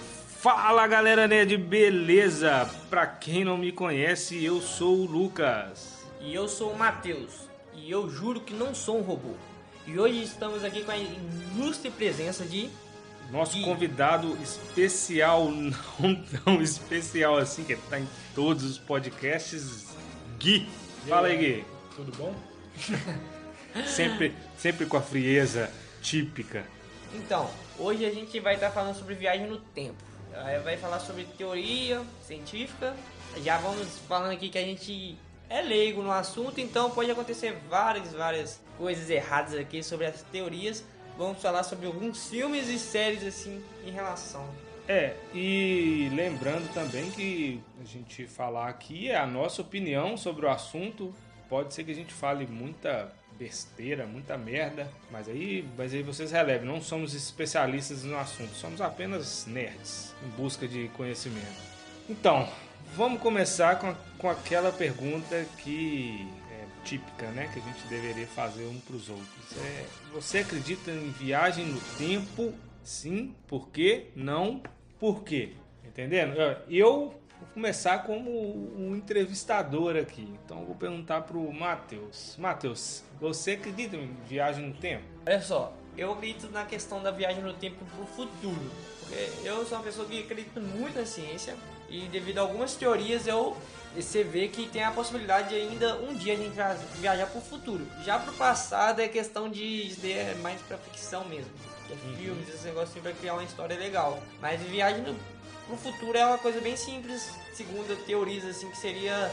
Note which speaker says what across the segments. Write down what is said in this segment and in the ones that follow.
Speaker 1: Fala galera nerd, beleza? Pra quem não me conhece, eu sou o Lucas.
Speaker 2: E eu sou o Matheus, e eu juro que não sou um robô. E hoje estamos aqui com a ilustre presença de.
Speaker 1: Nosso
Speaker 2: Ih.
Speaker 1: convidado especial, não tão especial assim, que tá em todos os podcasts, Gui. Fala aí, Gui.
Speaker 3: Tudo bom?
Speaker 1: Sempre, sempre com a frieza típica.
Speaker 2: Então, hoje a gente vai estar falando sobre viagem no tempo. Aí Vai falar sobre teoria científica. Já vamos falando aqui que a gente é leigo no assunto, então pode acontecer várias, várias coisas erradas aqui sobre as teorias. Vamos falar sobre alguns filmes e séries assim em relação.
Speaker 1: É, e lembrando também que a gente falar aqui é a nossa opinião sobre o assunto. Pode ser que a gente fale muita besteira, muita merda, mas aí, mas aí vocês relevem, não somos especialistas no assunto, somos apenas nerds em busca de conhecimento. Então, vamos começar com, com aquela pergunta que é típica, né, que a gente deveria fazer um para os outros. É, você acredita em viagem no tempo? Sim, por quê? Não, por quê? Entendendo? Eu- Eu vou começar como um entrevistador aqui. Então eu vou perguntar pro Matheus. Matheus, você acredita em viagem no tempo?
Speaker 2: Olha só, eu acredito na questão da viagem no tempo pro futuro. Porque eu sou uma pessoa que acredita muito na ciência e devido a algumas teorias eu você vê que tem a possibilidade de ainda um dia a gente tra- viajar pro futuro. Já pro passado é questão de de- é mais pra ficção mesmo. Que é filmes, esse negócio assim, vai criar uma história legal. Mas viagem no, pro futuro é uma coisa bem simples, segundo teorias assim, que seria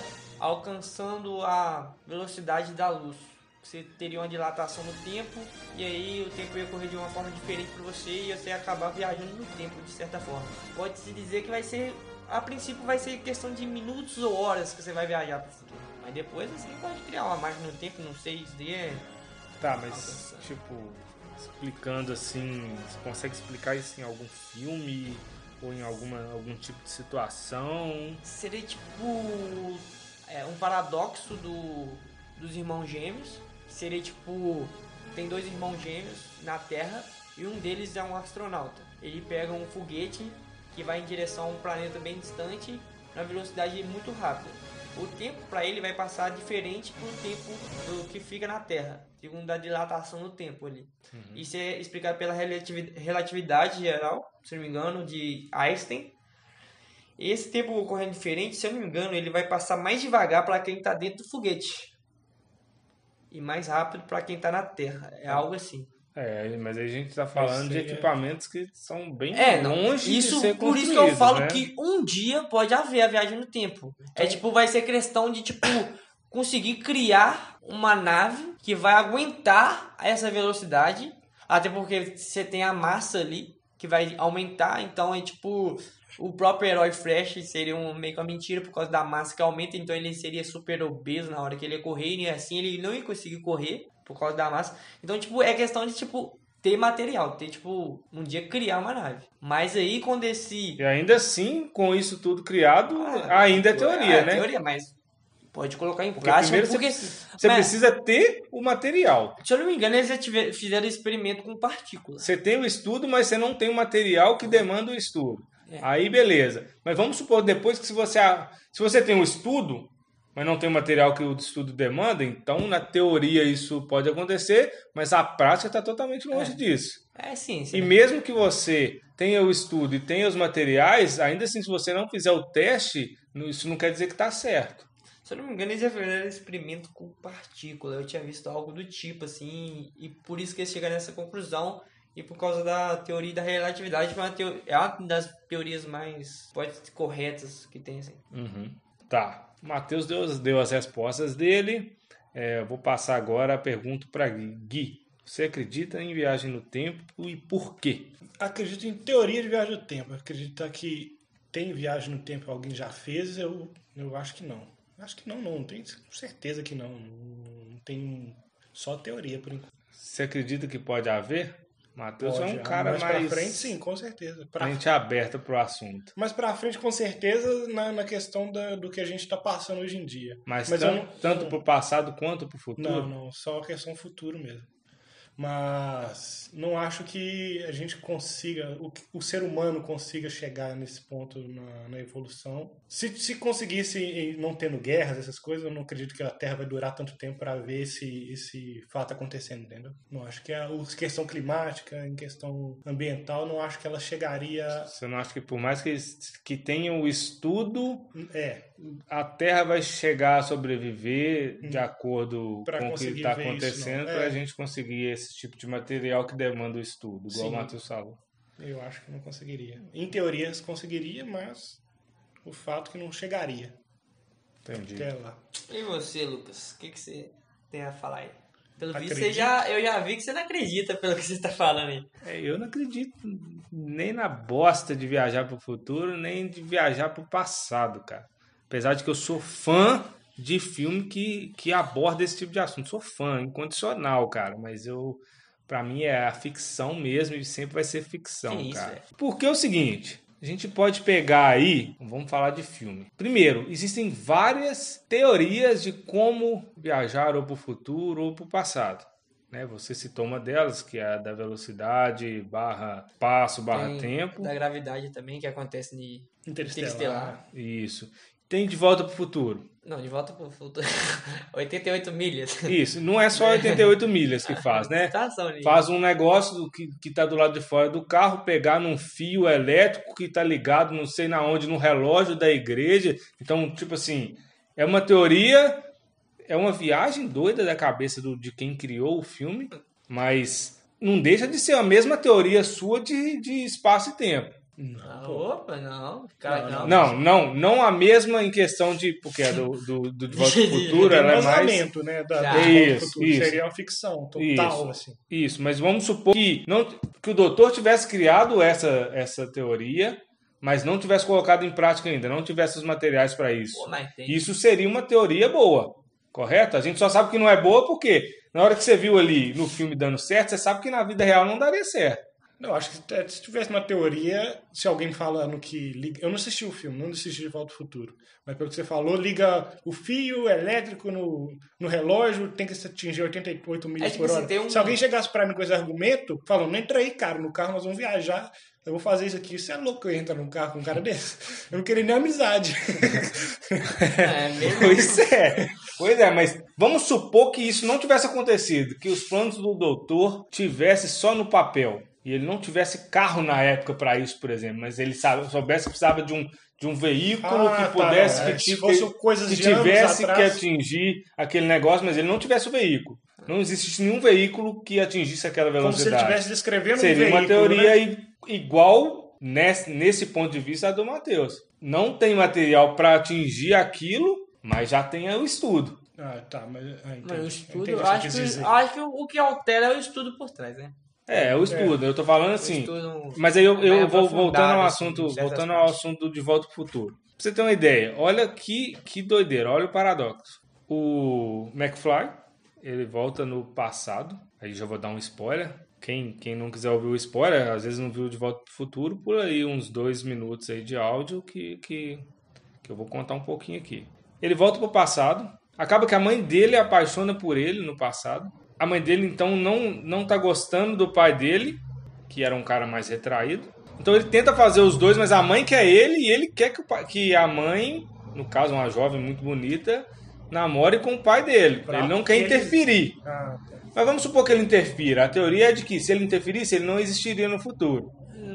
Speaker 2: alcançando a velocidade da luz. Você teria uma dilatação no tempo, e aí o tempo ia correr de uma forma diferente para você e você ia acabar viajando no tempo de certa forma. Pode-se dizer que vai ser, a princípio, vai ser questão de minutos ou horas que você vai viajar para o futuro. Mas depois você pode criar uma máquina no tempo, não sei se é.
Speaker 1: Tá, mas
Speaker 2: Nossa.
Speaker 1: tipo, explicando assim, você consegue explicar isso em algum filme ou em alguma, algum tipo de situação?
Speaker 2: Seria tipo é, um paradoxo do, dos irmãos gêmeos. Seria tipo. Tem dois irmãos gêmeos na Terra e um deles é um astronauta. Ele pega um foguete que vai em direção a um planeta bem distante na velocidade muito rápida. O tempo para ele vai passar diferente do tempo do que fica na Terra, segundo a dilatação do tempo ali. Isso é explicado pela relativi- relatividade geral, se não me engano, de Einstein. Esse tempo ocorrendo diferente, se eu não me engano, ele vai passar mais devagar para quem está dentro do foguete. E mais rápido para quem está na Terra. É algo assim.
Speaker 1: É, mas aí a gente tá falando de
Speaker 3: seria-
Speaker 1: equipamentos que são bem
Speaker 2: É, não.
Speaker 1: longe
Speaker 2: isso,
Speaker 1: de ser
Speaker 2: por isso que eu
Speaker 1: construídos,
Speaker 2: falo
Speaker 1: né?
Speaker 2: que um dia pode haver a viagem no tempo. É tipo, vai ser questão de, tipo, conseguir criar uma nave que vai aguentar essa velocidade. Até porque você tem a massa ali que vai aumentar. Então é tipo. O próprio herói Flash seria um, meio que uma mentira por causa da massa que aumenta, então ele seria super obeso na hora que ele ia correr, e assim ele não ia conseguir correr por causa da massa. Então, tipo, é questão de, tipo, ter material, ter, tipo, um dia criar uma nave. Mas aí, quando esse...
Speaker 1: E ainda assim, com isso tudo criado,
Speaker 2: Ah,
Speaker 1: ainda é teoria,
Speaker 2: Ah,
Speaker 1: né?
Speaker 2: teoria, mas pode colocar em
Speaker 1: Porque
Speaker 2: prática,
Speaker 1: primeiro
Speaker 2: porque...
Speaker 1: você, você
Speaker 2: mas-
Speaker 1: precisa ter o material.
Speaker 2: Se eu não me engano, eles já tiver, fizeram experimento com partículas.
Speaker 1: Você tem o estudo, mas você não tem o material que demanda o estudo.
Speaker 2: É.
Speaker 1: Aí beleza. Mas vamos supor depois que se você, a- se você tem o estudo, mas não tem o material que o estudo demanda, então na teoria isso pode acontecer, mas a prática está totalmente longe disso.
Speaker 2: É ciência,
Speaker 1: E
Speaker 2: né?
Speaker 1: mesmo que você tenha o estudo e tenha os materiais, ainda assim, se você não fizer o teste, não- isso não quer dizer que está certo.
Speaker 2: Se eu não me engano, eles já fizeram experimento com partícula. Eu tinha visto algo do tipo, assim, e por isso que eles chegaram nessa conclusão. E por causa da teoria da relatividade, que é uma teo- é uma das teorias mais pode, ser, corretas que tem, assim.
Speaker 1: Tá. O Matheus deu, deu as respostas dele. É, eu vou passar agora a pergunta para Gui. Gui, você acredita em viagem no tempo e por quê?
Speaker 3: Acredito em teoria de viagem no tempo. Acreditar que tem viagem no tempo alguém já fez, eu, eu acho que não. Acho que não, não. Tenho certeza que não. Não tem só teoria por enquanto.
Speaker 1: Você acredita que pode haver? Matheus é
Speaker 3: Pode, ah,
Speaker 1: um cara mais,
Speaker 3: pra frente, sim, com certeza. Pra-
Speaker 1: mente aberta para o assunto.
Speaker 3: Mas pra frente, com certeza, na, na questão da- do que a gente tá passando hoje em dia.
Speaker 1: Mas,
Speaker 3: Mas eu
Speaker 1: tan-
Speaker 3: não-
Speaker 1: tanto para o passado quanto para o futuro?
Speaker 3: Não, não. Só a questão futuro mesmo. Mas não acho que a gente consiga, o, o ser humano consiga chegar nesse ponto na, na evolução. Se, se conseguisse, em- não tendo guerras, essas coisas, eu não acredito que a Terra vai durar tanto tempo para ver esse, esse fato acontecendo, entendeu? Não acho que a, os- questão climática, em questão ambiental, não acho que ela chegaria.
Speaker 1: Você não acha que por mais que, que tenha o estudo,
Speaker 3: É,
Speaker 1: a Terra vai chegar a sobreviver de acordo
Speaker 3: Uhum. Pra
Speaker 1: com o que
Speaker 3: conseguir
Speaker 1: está
Speaker 3: ver isso, não.
Speaker 1: acontecendo
Speaker 3: É.
Speaker 1: para a gente conseguir esse tipo de material que demanda o estudo, igual
Speaker 3: Sim.
Speaker 1: o Matheus falou.
Speaker 3: eu acho que não conseguiria. Em teorias conseguiria, mas o fato que não chegaria
Speaker 1: Entendi.
Speaker 3: até lá.
Speaker 2: E você, Lucas? O que, que você tem a falar aí? Pelo visto,
Speaker 3: Acredito.
Speaker 2: você já, eu já vi que você não acredita pelo que você tá falando aí.
Speaker 1: É, eu não acredito nem na bosta de viajar pro futuro, nem de viajar pro passado, cara. Apesar de que eu sou fã de filme que, que aborda esse tipo de assunto. Sou fã, incondicional, cara. Mas eu, pra mim, é a ficção mesmo e sempre vai ser ficção,
Speaker 2: Que isso,
Speaker 1: cara.
Speaker 2: é.
Speaker 1: Porque é o seguinte. A gente pode pegar aí, vamos falar de filme. Primeiro, existem várias teorias de como viajar ou pro futuro ou pro passado né? Você citou uma delas, que é a da velocidade barra passo barra
Speaker 2: Tem
Speaker 1: tempo.
Speaker 2: Da gravidade também, que acontece de.
Speaker 3: Interestelar.
Speaker 1: Isso. Tem de volta pro futuro.
Speaker 2: Não, de volta pro futuro. 88 milhas.
Speaker 1: Isso. Não é só 88 milhas que faz, né?
Speaker 2: Tá, são ali.
Speaker 1: Faz um negócio do que, que tá do lado de fora do carro, pegar num fio elétrico que tá ligado não sei na onde, no relógio da igreja. Então, tipo assim, é uma teoria, é uma viagem doida da cabeça do, de quem criou o filme, mas não deixa de ser a mesma teoria sua de, de espaço e tempo.
Speaker 3: Não,
Speaker 2: Ah,
Speaker 3: pô.
Speaker 2: opa, não. Cara, não.
Speaker 1: Não, não, não a mesma em questão de. Porque a do, do, do De Volta ao Futuro
Speaker 3: Tem
Speaker 1: ela é mais.
Speaker 3: embasamento, né? Da,
Speaker 2: Já.
Speaker 3: da Volta ao
Speaker 1: Isso,
Speaker 3: Futuro.
Speaker 1: isso.
Speaker 3: Seria uma ficção total,
Speaker 1: Isso.
Speaker 3: assim.
Speaker 1: Isso, mas vamos supor que, não, que o doutor tivesse criado essa, essa teoria, mas não tivesse colocado em prática ainda, não tivesse os materiais para isso.
Speaker 2: Pô, mas tem. né?
Speaker 1: Isso seria uma teoria boa, correto? A gente só sabe que não é boa porque na hora que você viu ali no filme dando certo, você sabe que na vida real não daria certo.
Speaker 3: Não, acho que até se tivesse uma teoria, se alguém fala no que liga. Eu não assisti o filme, não assisti de Volta ao Futuro. Mas pelo que você falou, liga o fio elétrico no, no relógio, tem que se atingir 88 milhas
Speaker 2: tipo
Speaker 3: por
Speaker 2: assim,
Speaker 3: hora.
Speaker 2: tem um-
Speaker 3: Se alguém chegasse pra mim com esse argumento, falando, não entra aí, cara, no carro nós vamos viajar. Eu vou fazer isso aqui. Você é louco eu entrar num carro com um cara desse? Eu não queria nem amizade.
Speaker 2: É, mesmo.
Speaker 1: Pois é. Pois é, mas vamos supor que isso não tivesse acontecido, que os planos do doutor tivessem só no papel. E ele não tivesse carro na época para isso, por exemplo, mas ele sabe, soubesse que precisava de um, de um veículo
Speaker 3: Ah, tá,
Speaker 1: que pudesse
Speaker 3: não, é,
Speaker 1: que,
Speaker 3: se
Speaker 1: ti-
Speaker 3: fossem coisas
Speaker 1: que
Speaker 3: de anos
Speaker 1: tivesse que
Speaker 3: atrás.
Speaker 1: atingir aquele negócio, mas ele não tivesse o veículo. Não existe nenhum veículo que atingisse aquela
Speaker 3: Como se ele
Speaker 1: velocidade.
Speaker 3: estivesse descrevendo
Speaker 1: Seria
Speaker 3: um veículo,
Speaker 1: uma teoria
Speaker 3: né?
Speaker 1: i- igual nesse, nesse ponto de vista à do Matheus. Não tem material para atingir aquilo, mas já tem o estudo.
Speaker 3: Ah, tá, mas. Ah, entendi.
Speaker 2: Mas o
Speaker 3: Entendi
Speaker 2: estudo,
Speaker 3: o que
Speaker 2: eu
Speaker 3: você
Speaker 2: acho
Speaker 3: quis
Speaker 2: que,
Speaker 3: dizer.
Speaker 2: acho que o que altera é o estudo por trás, né?
Speaker 1: É, é o estudo. Eu tô falando assim.
Speaker 2: estudo-
Speaker 1: Mas aí eu, eu
Speaker 2: Bem
Speaker 1: vou
Speaker 2: aprofundado,
Speaker 1: voltando ao
Speaker 2: assim,
Speaker 1: assunto,
Speaker 2: em certas
Speaker 1: voltando ao
Speaker 2: partes.
Speaker 1: assunto de volta pro futuro. Pra você ter uma ideia, olha que, que doideira, olha o paradoxo. O McFly, ele volta no passado. Aí já vou dar um spoiler. Quem, quem não quiser ouvir o spoiler, às vezes não viu de volta pro futuro, por aí uns dois minutos aí de áudio que, que, que eu vou contar um pouquinho aqui. Ele volta pro passado. Acaba que a mãe dele apaixona por ele no passado. A mãe dele, então, não, não tá gostando do pai dele, que era um cara mais retraído. Então ele tenta fazer os dois, mas a mãe quer ele e ele quer que, o pai- que a mãe, no caso uma jovem muito bonita, namore com o pai dele.
Speaker 3: Pra
Speaker 1: ele não quer
Speaker 3: ele-
Speaker 1: interferir.
Speaker 3: Ah, tá.
Speaker 1: Mas vamos supor que ele interfira. A teoria é de que se ele interferisse, ele não existiria no futuro.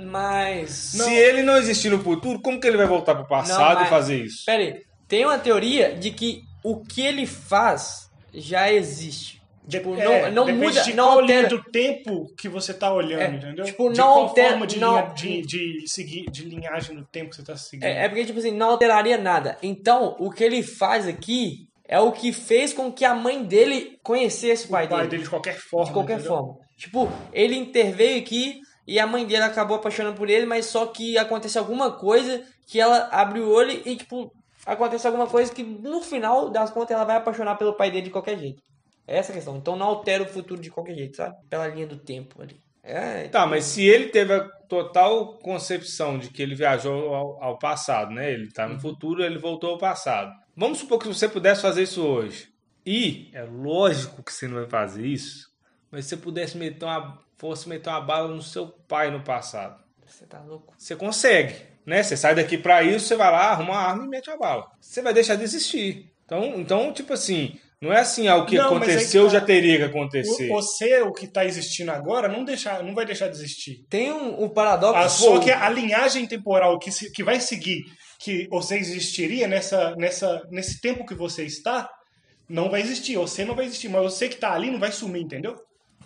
Speaker 2: Mas.
Speaker 1: Se ele não existir no futuro, como que ele vai voltar pro passado
Speaker 3: é.
Speaker 2: mas-
Speaker 1: e fazer isso?
Speaker 2: Pera aí. Tem uma teoria de que o que ele faz já existe.
Speaker 3: De-
Speaker 2: Tipo,
Speaker 3: é,
Speaker 2: não, não
Speaker 3: depende
Speaker 2: muda,
Speaker 3: de
Speaker 2: não
Speaker 3: qual
Speaker 2: altera.
Speaker 3: linha do tempo que você tá olhando,
Speaker 2: É,
Speaker 3: entendeu?
Speaker 2: tipo,
Speaker 3: de
Speaker 2: não
Speaker 3: qual
Speaker 2: altera-
Speaker 3: forma de,
Speaker 2: não-
Speaker 3: linha, de, de, seguir, de linhagem do tempo que você tá seguindo.
Speaker 2: É, é porque, tipo assim, não alteraria nada. Então, o que ele faz aqui é o que fez com que a mãe dele conhecesse o pai,
Speaker 3: o pai
Speaker 2: dele.
Speaker 3: dele de qualquer forma.
Speaker 2: De qualquer
Speaker 3: entendeu?
Speaker 2: forma. Tipo, ele interveio aqui e a mãe dele acabou apaixonando por ele, mas só que acontece alguma coisa que ela abre o olho e, tipo, acontece alguma coisa que no final das contas ela vai apaixonar pelo pai dele de qualquer jeito. É essa a questão. Então não altera o futuro de qualquer jeito, sabe? Pela linha do tempo ali. É.
Speaker 1: Tá, mas se ele teve a total concepção de que ele viajou ao, ao passado, né? Ele tá
Speaker 3: Uhum.
Speaker 1: no futuro, ele voltou ao passado. Vamos supor que você pudesse fazer isso hoje. E é lógico que você não vai fazer isso, Mas se você pudesse meter uma, fosse meter uma bala no seu pai no passado,
Speaker 2: Você tá louco?
Speaker 1: você consegue, né? Você sai daqui pra isso, você vai lá, arruma uma arma e mete uma bala. Você vai deixar de existir. Então, então tipo assim, não é assim, ah, o que
Speaker 3: Não, mas aí que
Speaker 1: aconteceu
Speaker 3: tá.
Speaker 1: já teria que
Speaker 3: O-
Speaker 1: acontecer.
Speaker 3: Você, o que tá existindo agora, não, deixar, não vai deixar de existir.
Speaker 2: Tem um, um paradoxo.
Speaker 3: Ah, só
Speaker 2: Pô,
Speaker 3: que a linhagem temporal que, se- que vai seguir, que você existiria nessa, nessa, nesse tempo que você está, não vai existir. Você não vai existir, mas você que tá ali não vai sumir, entendeu?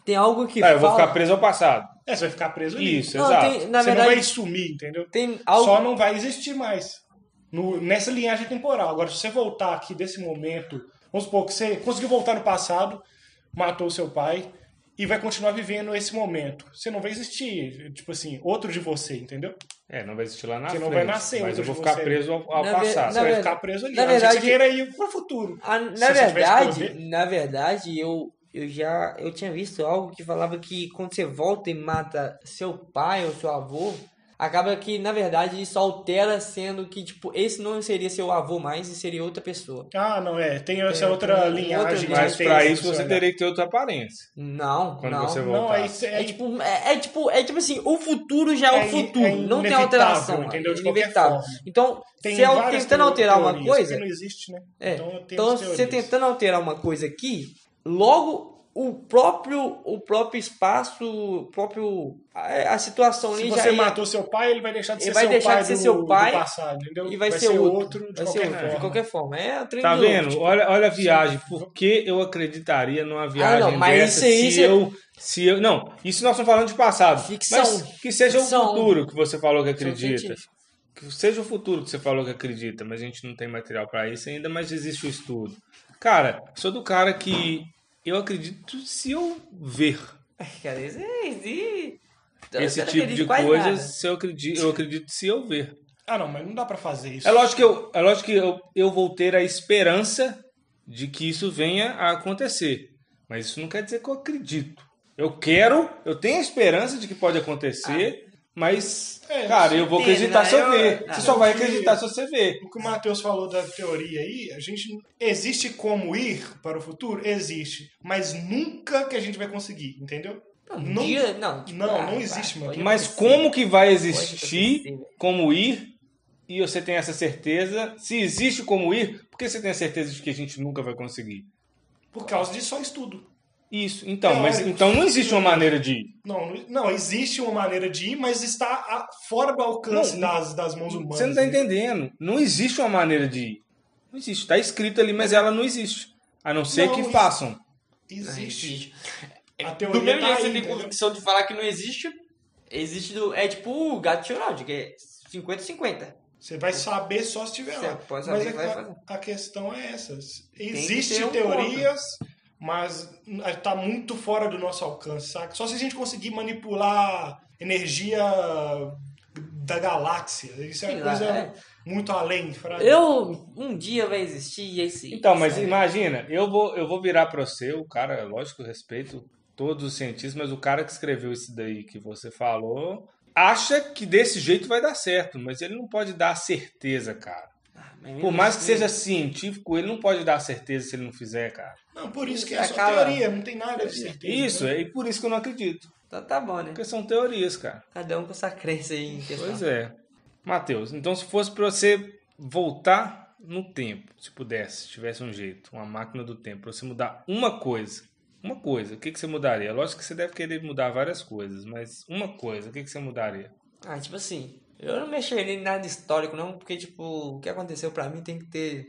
Speaker 2: Tem algo que
Speaker 1: Ah, eu vou
Speaker 2: fala...
Speaker 1: ficar preso ao passado.
Speaker 3: É, você vai ficar preso ali.
Speaker 1: Isso,
Speaker 2: Não,
Speaker 1: exato.
Speaker 2: tem- na
Speaker 3: você
Speaker 2: verdade,
Speaker 3: não vai sumir, entendeu?
Speaker 2: tem algo...
Speaker 3: Só não vai existir mais. No- nessa linhagem temporal. Agora, se você voltar aqui desse momento, vamos supor que você conseguiu voltar no passado, matou seu pai e vai continuar vivendo esse momento. Você não vai existir, tipo assim, outro de você, entendeu?
Speaker 1: É, não vai existir lá na
Speaker 3: Que
Speaker 1: frente.
Speaker 3: não vai nascer um
Speaker 1: mas
Speaker 3: outro
Speaker 1: eu vou
Speaker 3: de
Speaker 1: ficar
Speaker 3: você.
Speaker 1: preso ao, ao
Speaker 2: Na ve-
Speaker 1: passado.
Speaker 3: Você vai
Speaker 2: ver-
Speaker 3: ficar preso ali.
Speaker 2: na
Speaker 3: a não ser
Speaker 2: verdade-
Speaker 3: que você queira ir pro futuro.
Speaker 2: Ah,
Speaker 3: Se
Speaker 2: na
Speaker 3: você tivesse
Speaker 2: verdade,
Speaker 3: poder.
Speaker 2: na verdade, eu, eu já eu tinha visto algo que falava que quando você volta e mata seu pai ou seu avô, acaba que na verdade isso altera sendo que tipo esse não seria seu avô mais e seria outra pessoa.
Speaker 3: Ah, não, é. Tem essa
Speaker 2: É,
Speaker 3: outra
Speaker 2: tem outra
Speaker 3: linhagem.
Speaker 2: linhagem.
Speaker 1: Mas
Speaker 3: tem
Speaker 1: pra
Speaker 3: essa
Speaker 1: isso
Speaker 3: pra
Speaker 1: você
Speaker 3: olhar.
Speaker 1: teria
Speaker 2: né?
Speaker 1: que ter outra aparência.
Speaker 2: Não,
Speaker 1: Quando
Speaker 2: não.
Speaker 1: você voltar.
Speaker 3: Não, é isso.
Speaker 2: É
Speaker 3: É,
Speaker 2: tipo, é, é tipo, é tipo assim, o futuro já é,
Speaker 3: É
Speaker 2: o
Speaker 3: in-
Speaker 2: futuro,
Speaker 3: é
Speaker 2: não tem
Speaker 3: inevitável,
Speaker 2: alteração,
Speaker 3: entendeu?
Speaker 2: é
Speaker 3: De qualquer
Speaker 2: inevitável.
Speaker 3: forma.
Speaker 2: Então,
Speaker 3: tem
Speaker 2: você al-
Speaker 3: várias
Speaker 2: tentando
Speaker 3: teo-
Speaker 2: alterar uma
Speaker 3: teorias,
Speaker 2: coisa,
Speaker 3: porque não existe, né?
Speaker 2: É.
Speaker 3: Então,
Speaker 2: Então,
Speaker 3: temos
Speaker 2: você
Speaker 3: teorias.
Speaker 2: tentando alterar uma coisa aqui, logo o próprio o próprio espaço, o próprio a, a situação
Speaker 3: Se
Speaker 2: ali
Speaker 3: você
Speaker 2: já ia-
Speaker 3: matou seu pai, ele vai deixar de
Speaker 2: Ele
Speaker 3: ser
Speaker 2: vai
Speaker 3: seu
Speaker 2: deixar
Speaker 3: pai
Speaker 2: de ser
Speaker 3: do,
Speaker 2: seu
Speaker 3: do
Speaker 2: pai
Speaker 3: passado, entendeu?
Speaker 2: e vai, ser outro,
Speaker 3: de,
Speaker 2: vai ser
Speaker 3: qualquer
Speaker 2: outro,
Speaker 3: forma.
Speaker 2: de qualquer forma. É um trem
Speaker 1: Tá
Speaker 2: do-
Speaker 1: vendo?
Speaker 2: tipo,
Speaker 1: Olha, olha a viagem. Por que eu acreditaria numa viagem
Speaker 2: Ah, não, mas
Speaker 1: dessa
Speaker 2: isso aí
Speaker 1: se
Speaker 2: você-
Speaker 1: eu... Se eu, não, isso nós estamos falando de passado.
Speaker 2: Ficção.
Speaker 1: Mas que seja
Speaker 2: Ficção.
Speaker 1: o futuro que você falou que acredita.
Speaker 2: científica.
Speaker 1: Que seja o futuro que você falou que acredita, mas a gente não tem material pra isso ainda, mas existe o estudo. Cara, sou do cara que eu acredito se eu ver
Speaker 2: Cara, isso é- isso é-
Speaker 1: esse
Speaker 2: eu não
Speaker 1: tipo
Speaker 2: acredito
Speaker 1: de
Speaker 2: em quase
Speaker 1: coisa,
Speaker 2: nada.
Speaker 1: se eu acredito, eu acredito se eu ver.
Speaker 3: Ah, não, mas não dá pra fazer isso.
Speaker 1: É lógico que eu, é lógico que eu, eu vou ter a esperança de que isso venha a acontecer. Mas isso não quer dizer que eu acredito. Eu quero, eu tenho a esperança de que pode acontecer,
Speaker 2: Ah.
Speaker 1: mas,
Speaker 3: É,
Speaker 1: cara,
Speaker 3: você
Speaker 1: eu vou
Speaker 2: entende,
Speaker 1: acreditar
Speaker 2: né?
Speaker 1: se eu
Speaker 2: Eu-
Speaker 1: ver.
Speaker 2: ah,
Speaker 1: Você só
Speaker 3: eu
Speaker 1: vai
Speaker 3: que-
Speaker 1: acreditar se você ver.
Speaker 3: O que o Matheus falou da teoria aí, a gente. Existe como ir para o futuro? Existe. Mas nunca que a gente vai conseguir, entendeu?
Speaker 2: Não, um dia- não, tipo,
Speaker 3: não,
Speaker 2: ah,
Speaker 3: não
Speaker 2: vai,
Speaker 3: existe, mano.
Speaker 2: pode-
Speaker 1: Mas como que vai
Speaker 2: Pode
Speaker 1: existir
Speaker 2: acontecer.
Speaker 1: como ir e você tem essa certeza? Se existe como ir, por que você tem a certeza de que a gente nunca vai conseguir?
Speaker 3: Por causa de só estudo.
Speaker 1: Isso. Então, mas
Speaker 3: Teórico.
Speaker 1: então não existe uma maneira de ir.
Speaker 3: Não, não- não, existe uma maneira de ir, mas está a- fora do alcance
Speaker 1: Não,
Speaker 3: das, das mãos humanas.
Speaker 1: Você não tá
Speaker 3: né?
Speaker 1: entendendo. Não existe uma maneira de ir. Não existe. Tá escrito ali, mas ela não existe. A não ser
Speaker 3: Não,
Speaker 1: que
Speaker 3: isso-
Speaker 1: façam.
Speaker 2: Não
Speaker 3: Existe.
Speaker 2: existe.
Speaker 3: A
Speaker 2: Do
Speaker 3: teoria
Speaker 2: mesmo
Speaker 3: tá
Speaker 2: jeito é que
Speaker 3: aí,
Speaker 2: você tem
Speaker 3: entendeu?
Speaker 2: convicção de falar que não existe, existe do. É tipo o gato Schrödinger, que é 50-50.
Speaker 3: Você vai saber só se tiver
Speaker 2: Você
Speaker 3: lá.
Speaker 2: pode saber
Speaker 3: mas é
Speaker 2: que vai
Speaker 3: a,
Speaker 2: fazer.
Speaker 3: a questão é essa.
Speaker 2: que
Speaker 3: Existem
Speaker 2: ter um
Speaker 3: teorias, mas está muito fora do nosso alcance, saca? Só se a gente conseguir manipular energia da galáxia. Isso é
Speaker 2: Sei
Speaker 3: uma
Speaker 2: lá,
Speaker 3: coisa
Speaker 2: é.
Speaker 3: muito além. fraga.
Speaker 2: Eu. Um dia vai existir e é isso aí.
Speaker 1: Então, mas
Speaker 2: Sabe?
Speaker 1: imagina, eu vou, eu vou virar pra você, o cara, lógico, eu respeito todos os cientistas, mas o cara que escreveu isso daí que você falou, acha que desse jeito vai dar certo, mas ele não pode dar certeza, cara.
Speaker 2: Ah, mas
Speaker 1: Por
Speaker 2: mesmo
Speaker 1: mais que
Speaker 2: assim,
Speaker 1: seja científico, ele não pode dar certeza se ele não fizer, cara.
Speaker 3: Não, por isso que é
Speaker 2: Isso
Speaker 3: só
Speaker 2: acaba-
Speaker 3: teoria, não tem nada de certeza.
Speaker 1: Isso,
Speaker 3: né?
Speaker 1: é e por isso que eu não acredito.
Speaker 2: Então tá bom, né?
Speaker 1: Porque são teorias, cara.
Speaker 2: Cada um com sua crença aí em questão.
Speaker 1: Pois é. Matheus, então se fosse pra você voltar no tempo, se pudesse, se tivesse um jeito, uma máquina do tempo, pra você mudar uma coisa, uma coisa, o que, que você mudaria? Lógico que você deve querer mudar várias coisas, mas uma coisa, o que, que você mudaria?
Speaker 2: Ah, tipo assim, eu não mexeria em nada histórico, não, porque, tipo, o que aconteceu pra mim tem que ter.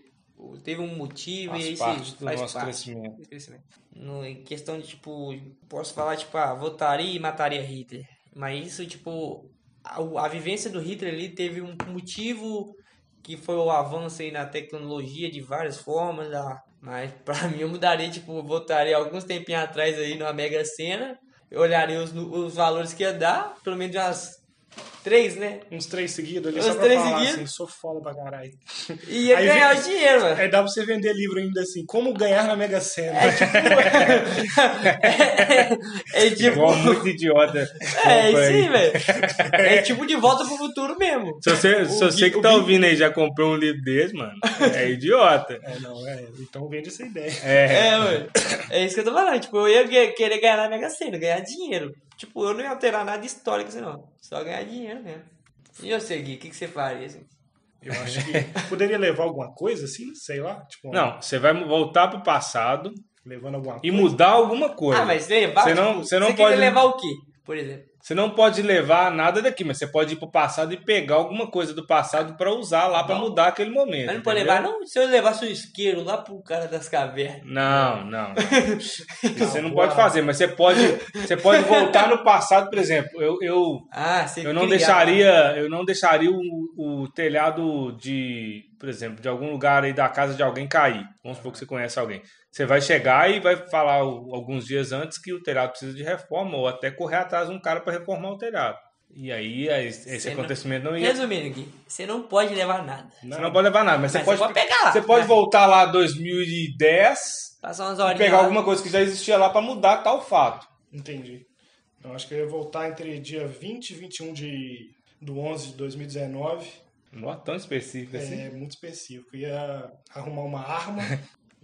Speaker 2: Teve um motivo e
Speaker 1: Faz
Speaker 2: isso
Speaker 1: parte do
Speaker 2: faz
Speaker 1: nosso
Speaker 2: parte.
Speaker 1: crescimento.
Speaker 2: crescimento. No, em questão de, tipo, posso falar, tipo, ah, votaria e mataria Hitler. Mas isso, tipo, a, o- a vivência do Hitler ali teve um motivo que foi o avanço aí na tecnologia de várias formas. ah, mas pra mim eu mudaria, tipo, eu votaria alguns tempinhos atrás aí numa Mega Sena. Eu olharia os, nu- os valores que ia dar, pelo menos umas Três, né?
Speaker 3: Uns três seguidos ali,
Speaker 2: Uns
Speaker 3: só pra
Speaker 2: três
Speaker 3: falar
Speaker 2: seguidos?
Speaker 3: assim, sou foda pra caralho.
Speaker 2: E ia
Speaker 3: Aí vem-
Speaker 2: ganhar o dinheiro, mano.
Speaker 3: Aí dá pra você vender livro ainda assim, como ganhar na Mega Sena.
Speaker 2: É tipo.
Speaker 1: Igual muito idiota.
Speaker 2: É, isso aí, velho. É tipo de volta pro futuro mesmo.
Speaker 1: Se você, se
Speaker 2: O
Speaker 1: você
Speaker 2: Gui-
Speaker 1: que
Speaker 2: o
Speaker 1: tá
Speaker 2: Gui-
Speaker 1: ouvindo aí já comprou um livro desse, mano, é idiota.
Speaker 3: é, não, é, então vende essa ideia.
Speaker 1: É.
Speaker 2: É, ué. É isso que eu tô falando. Tipo, eu ia gue- querer ganhar na Mega Sena, ganhar dinheiro. Tipo, eu não ia alterar nada histórico assim, não. Só ganhar dinheiro mesmo. E eu sei, Gui, o que, que você faria? Assim?
Speaker 3: Eu acho que poderia levar alguma coisa assim, sei lá, tipo,
Speaker 1: Não, você vai voltar pro passado
Speaker 3: levando alguma
Speaker 1: e
Speaker 3: coisa.
Speaker 1: mudar alguma coisa.
Speaker 2: Ah, mas levar.
Speaker 1: Você não-
Speaker 2: tipo,
Speaker 1: você não
Speaker 2: queria
Speaker 1: pode-
Speaker 2: levar o quê, por exemplo?
Speaker 1: Você não pode levar nada daqui, mas você pode ir pro passado e pegar alguma coisa do passado pra usar lá pra
Speaker 2: Não.
Speaker 1: mudar aquele momento.
Speaker 2: Mas não pode
Speaker 1: entendeu?
Speaker 2: levar, não. Se eu levasse o isqueiro lá pro cara das cavernas.
Speaker 1: Não, não. não. você não
Speaker 3: boa.
Speaker 1: pode fazer, mas você pode, você pode voltar no passado, por exemplo. Eu, eu,
Speaker 2: Ah, você
Speaker 1: eu não
Speaker 2: criar-
Speaker 1: deixaria, eu não deixaria o, o telhado de, por exemplo, de algum lugar aí da casa de alguém cair. Vamos supor que você conhece alguém. Você vai chegar e vai falar o- alguns dias antes que o telhado precisa de reforma ou até correr atrás de um cara pra reformar o telhado. E aí a- esse
Speaker 2: Você não-
Speaker 1: acontecimento não ia
Speaker 2: Resumindo, Gui, você não pode levar nada.
Speaker 1: Você não pode levar nada, mas,
Speaker 2: Mas
Speaker 1: você pode,
Speaker 2: você pode pegar lá.
Speaker 1: Você pode voltar lá 2010
Speaker 2: Passar umas
Speaker 1: e
Speaker 2: horinhas.
Speaker 1: pegar
Speaker 2: lá.
Speaker 1: alguma coisa que já existia lá pra mudar tal fato.
Speaker 3: Entendi. Eu acho que eu ia voltar entre dia 20 e 21 de, do 11 de 2019.
Speaker 1: Não é tão específico assim.
Speaker 3: É muito específico. Ia arrumar uma arma,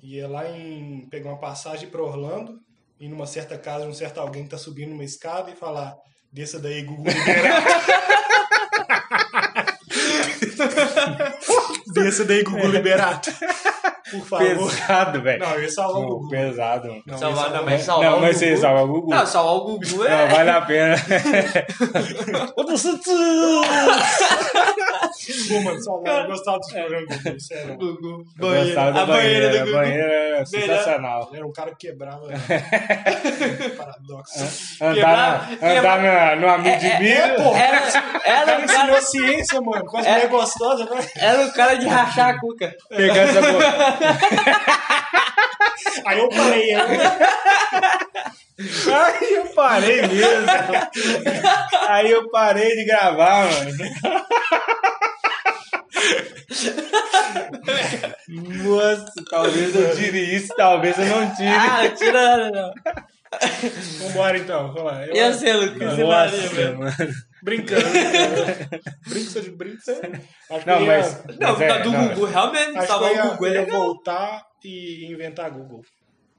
Speaker 3: ia lá em pegar uma passagem pra Orlando, ir numa certa casa de um certo alguém que tá subindo uma escada e falar: desça daí, Gugu Liberato. desça daí,
Speaker 1: É.
Speaker 3: Gugu Liberato. Por favor.
Speaker 1: Pesado, velho.
Speaker 3: Não, eu ia salvar o
Speaker 1: Não,
Speaker 3: Gugu.
Speaker 1: pesado. mano.
Speaker 3: Não,
Speaker 2: Salvar-
Speaker 3: esse é
Speaker 2: não,
Speaker 3: o-
Speaker 2: mas salvar
Speaker 1: não,
Speaker 2: o
Speaker 1: mas você
Speaker 2: Gugu-
Speaker 1: salva o Gugu.
Speaker 2: Não, salvar o Gugu é.
Speaker 1: Não, vale a pena.
Speaker 3: Pô, mano, salvar. Eu
Speaker 1: é.
Speaker 3: gostava dos programas Gugu, sério.
Speaker 2: Gugu.
Speaker 1: Eu gostava da
Speaker 2: a banheira, do
Speaker 1: A
Speaker 2: Gugu.
Speaker 1: banheira é sensacional.
Speaker 3: Era um cara que quebrava. Paradoxo.
Speaker 1: Andar, na-
Speaker 2: Quebrar-
Speaker 1: andar na- no amigo de milho.
Speaker 2: Era, era,
Speaker 3: Cara,
Speaker 2: um
Speaker 3: que
Speaker 2: cara,
Speaker 3: ensinou ciência, mano. Quase
Speaker 2: É.
Speaker 3: é gostosa, né?
Speaker 2: era um cara de rachar a cuca.
Speaker 1: Pegar essa bo-
Speaker 3: Aí eu parei. Aí
Speaker 1: Aí eu parei mesmo. Aí eu parei de gravar, mano. Nossa, talvez eu tire isso, talvez eu não tire.
Speaker 2: Ah, tira nada, não.
Speaker 3: eu... Vambora então. Vamos lá. Eu...
Speaker 2: Eu sei, Lucas, você faria,
Speaker 1: Nossa,
Speaker 2: velho.
Speaker 1: mano.
Speaker 3: Brincando. então. Brinca de brinca. Acho que
Speaker 1: Não,
Speaker 3: eu ia,
Speaker 1: mas.
Speaker 2: Não, tá
Speaker 1: mas é,
Speaker 2: do
Speaker 1: não,
Speaker 2: Gugu, realmente,
Speaker 3: Acho que
Speaker 2: salvar
Speaker 3: eu ia,
Speaker 2: o Gugu é
Speaker 3: eu ia
Speaker 2: legal.
Speaker 3: voltar e inventar Google.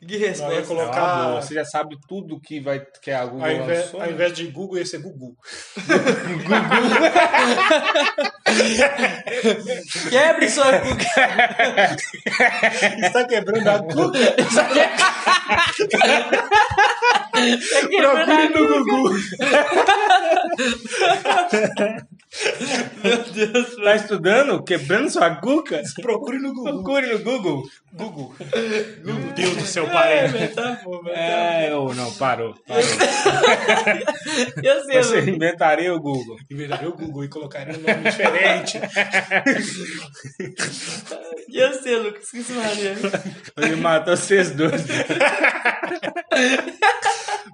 Speaker 2: Que
Speaker 3: Não, eu ia
Speaker 2: resposta.
Speaker 1: não,
Speaker 3: colocar-
Speaker 1: É boa, Você já sabe tudo que, vai, que a Google
Speaker 3: Ao invés,
Speaker 1: lançou. né?
Speaker 3: ao invés de Google, ia ser Gugu.
Speaker 2: Quebre sua cuca.
Speaker 3: Está Tá quebrando a Google.
Speaker 2: Tá quebrando a cuca.
Speaker 1: Gugu.
Speaker 2: Meu Deus,
Speaker 1: Tá estudando? Quebrando sua cuca?
Speaker 3: Procure no Google.
Speaker 1: Procure no Google.
Speaker 3: Google. Meu Deus do céu, parei.
Speaker 2: velho, tá bom, velho.
Speaker 1: É, ou não, parou. parou.
Speaker 2: Eu sei,
Speaker 1: Você
Speaker 2: Lucas.
Speaker 1: inventaria o Google.
Speaker 3: Inventaria o Google e colocaria um nome diferente.
Speaker 2: Eu sei, Lucas, que isso faria.
Speaker 1: Ele matou vocês dois.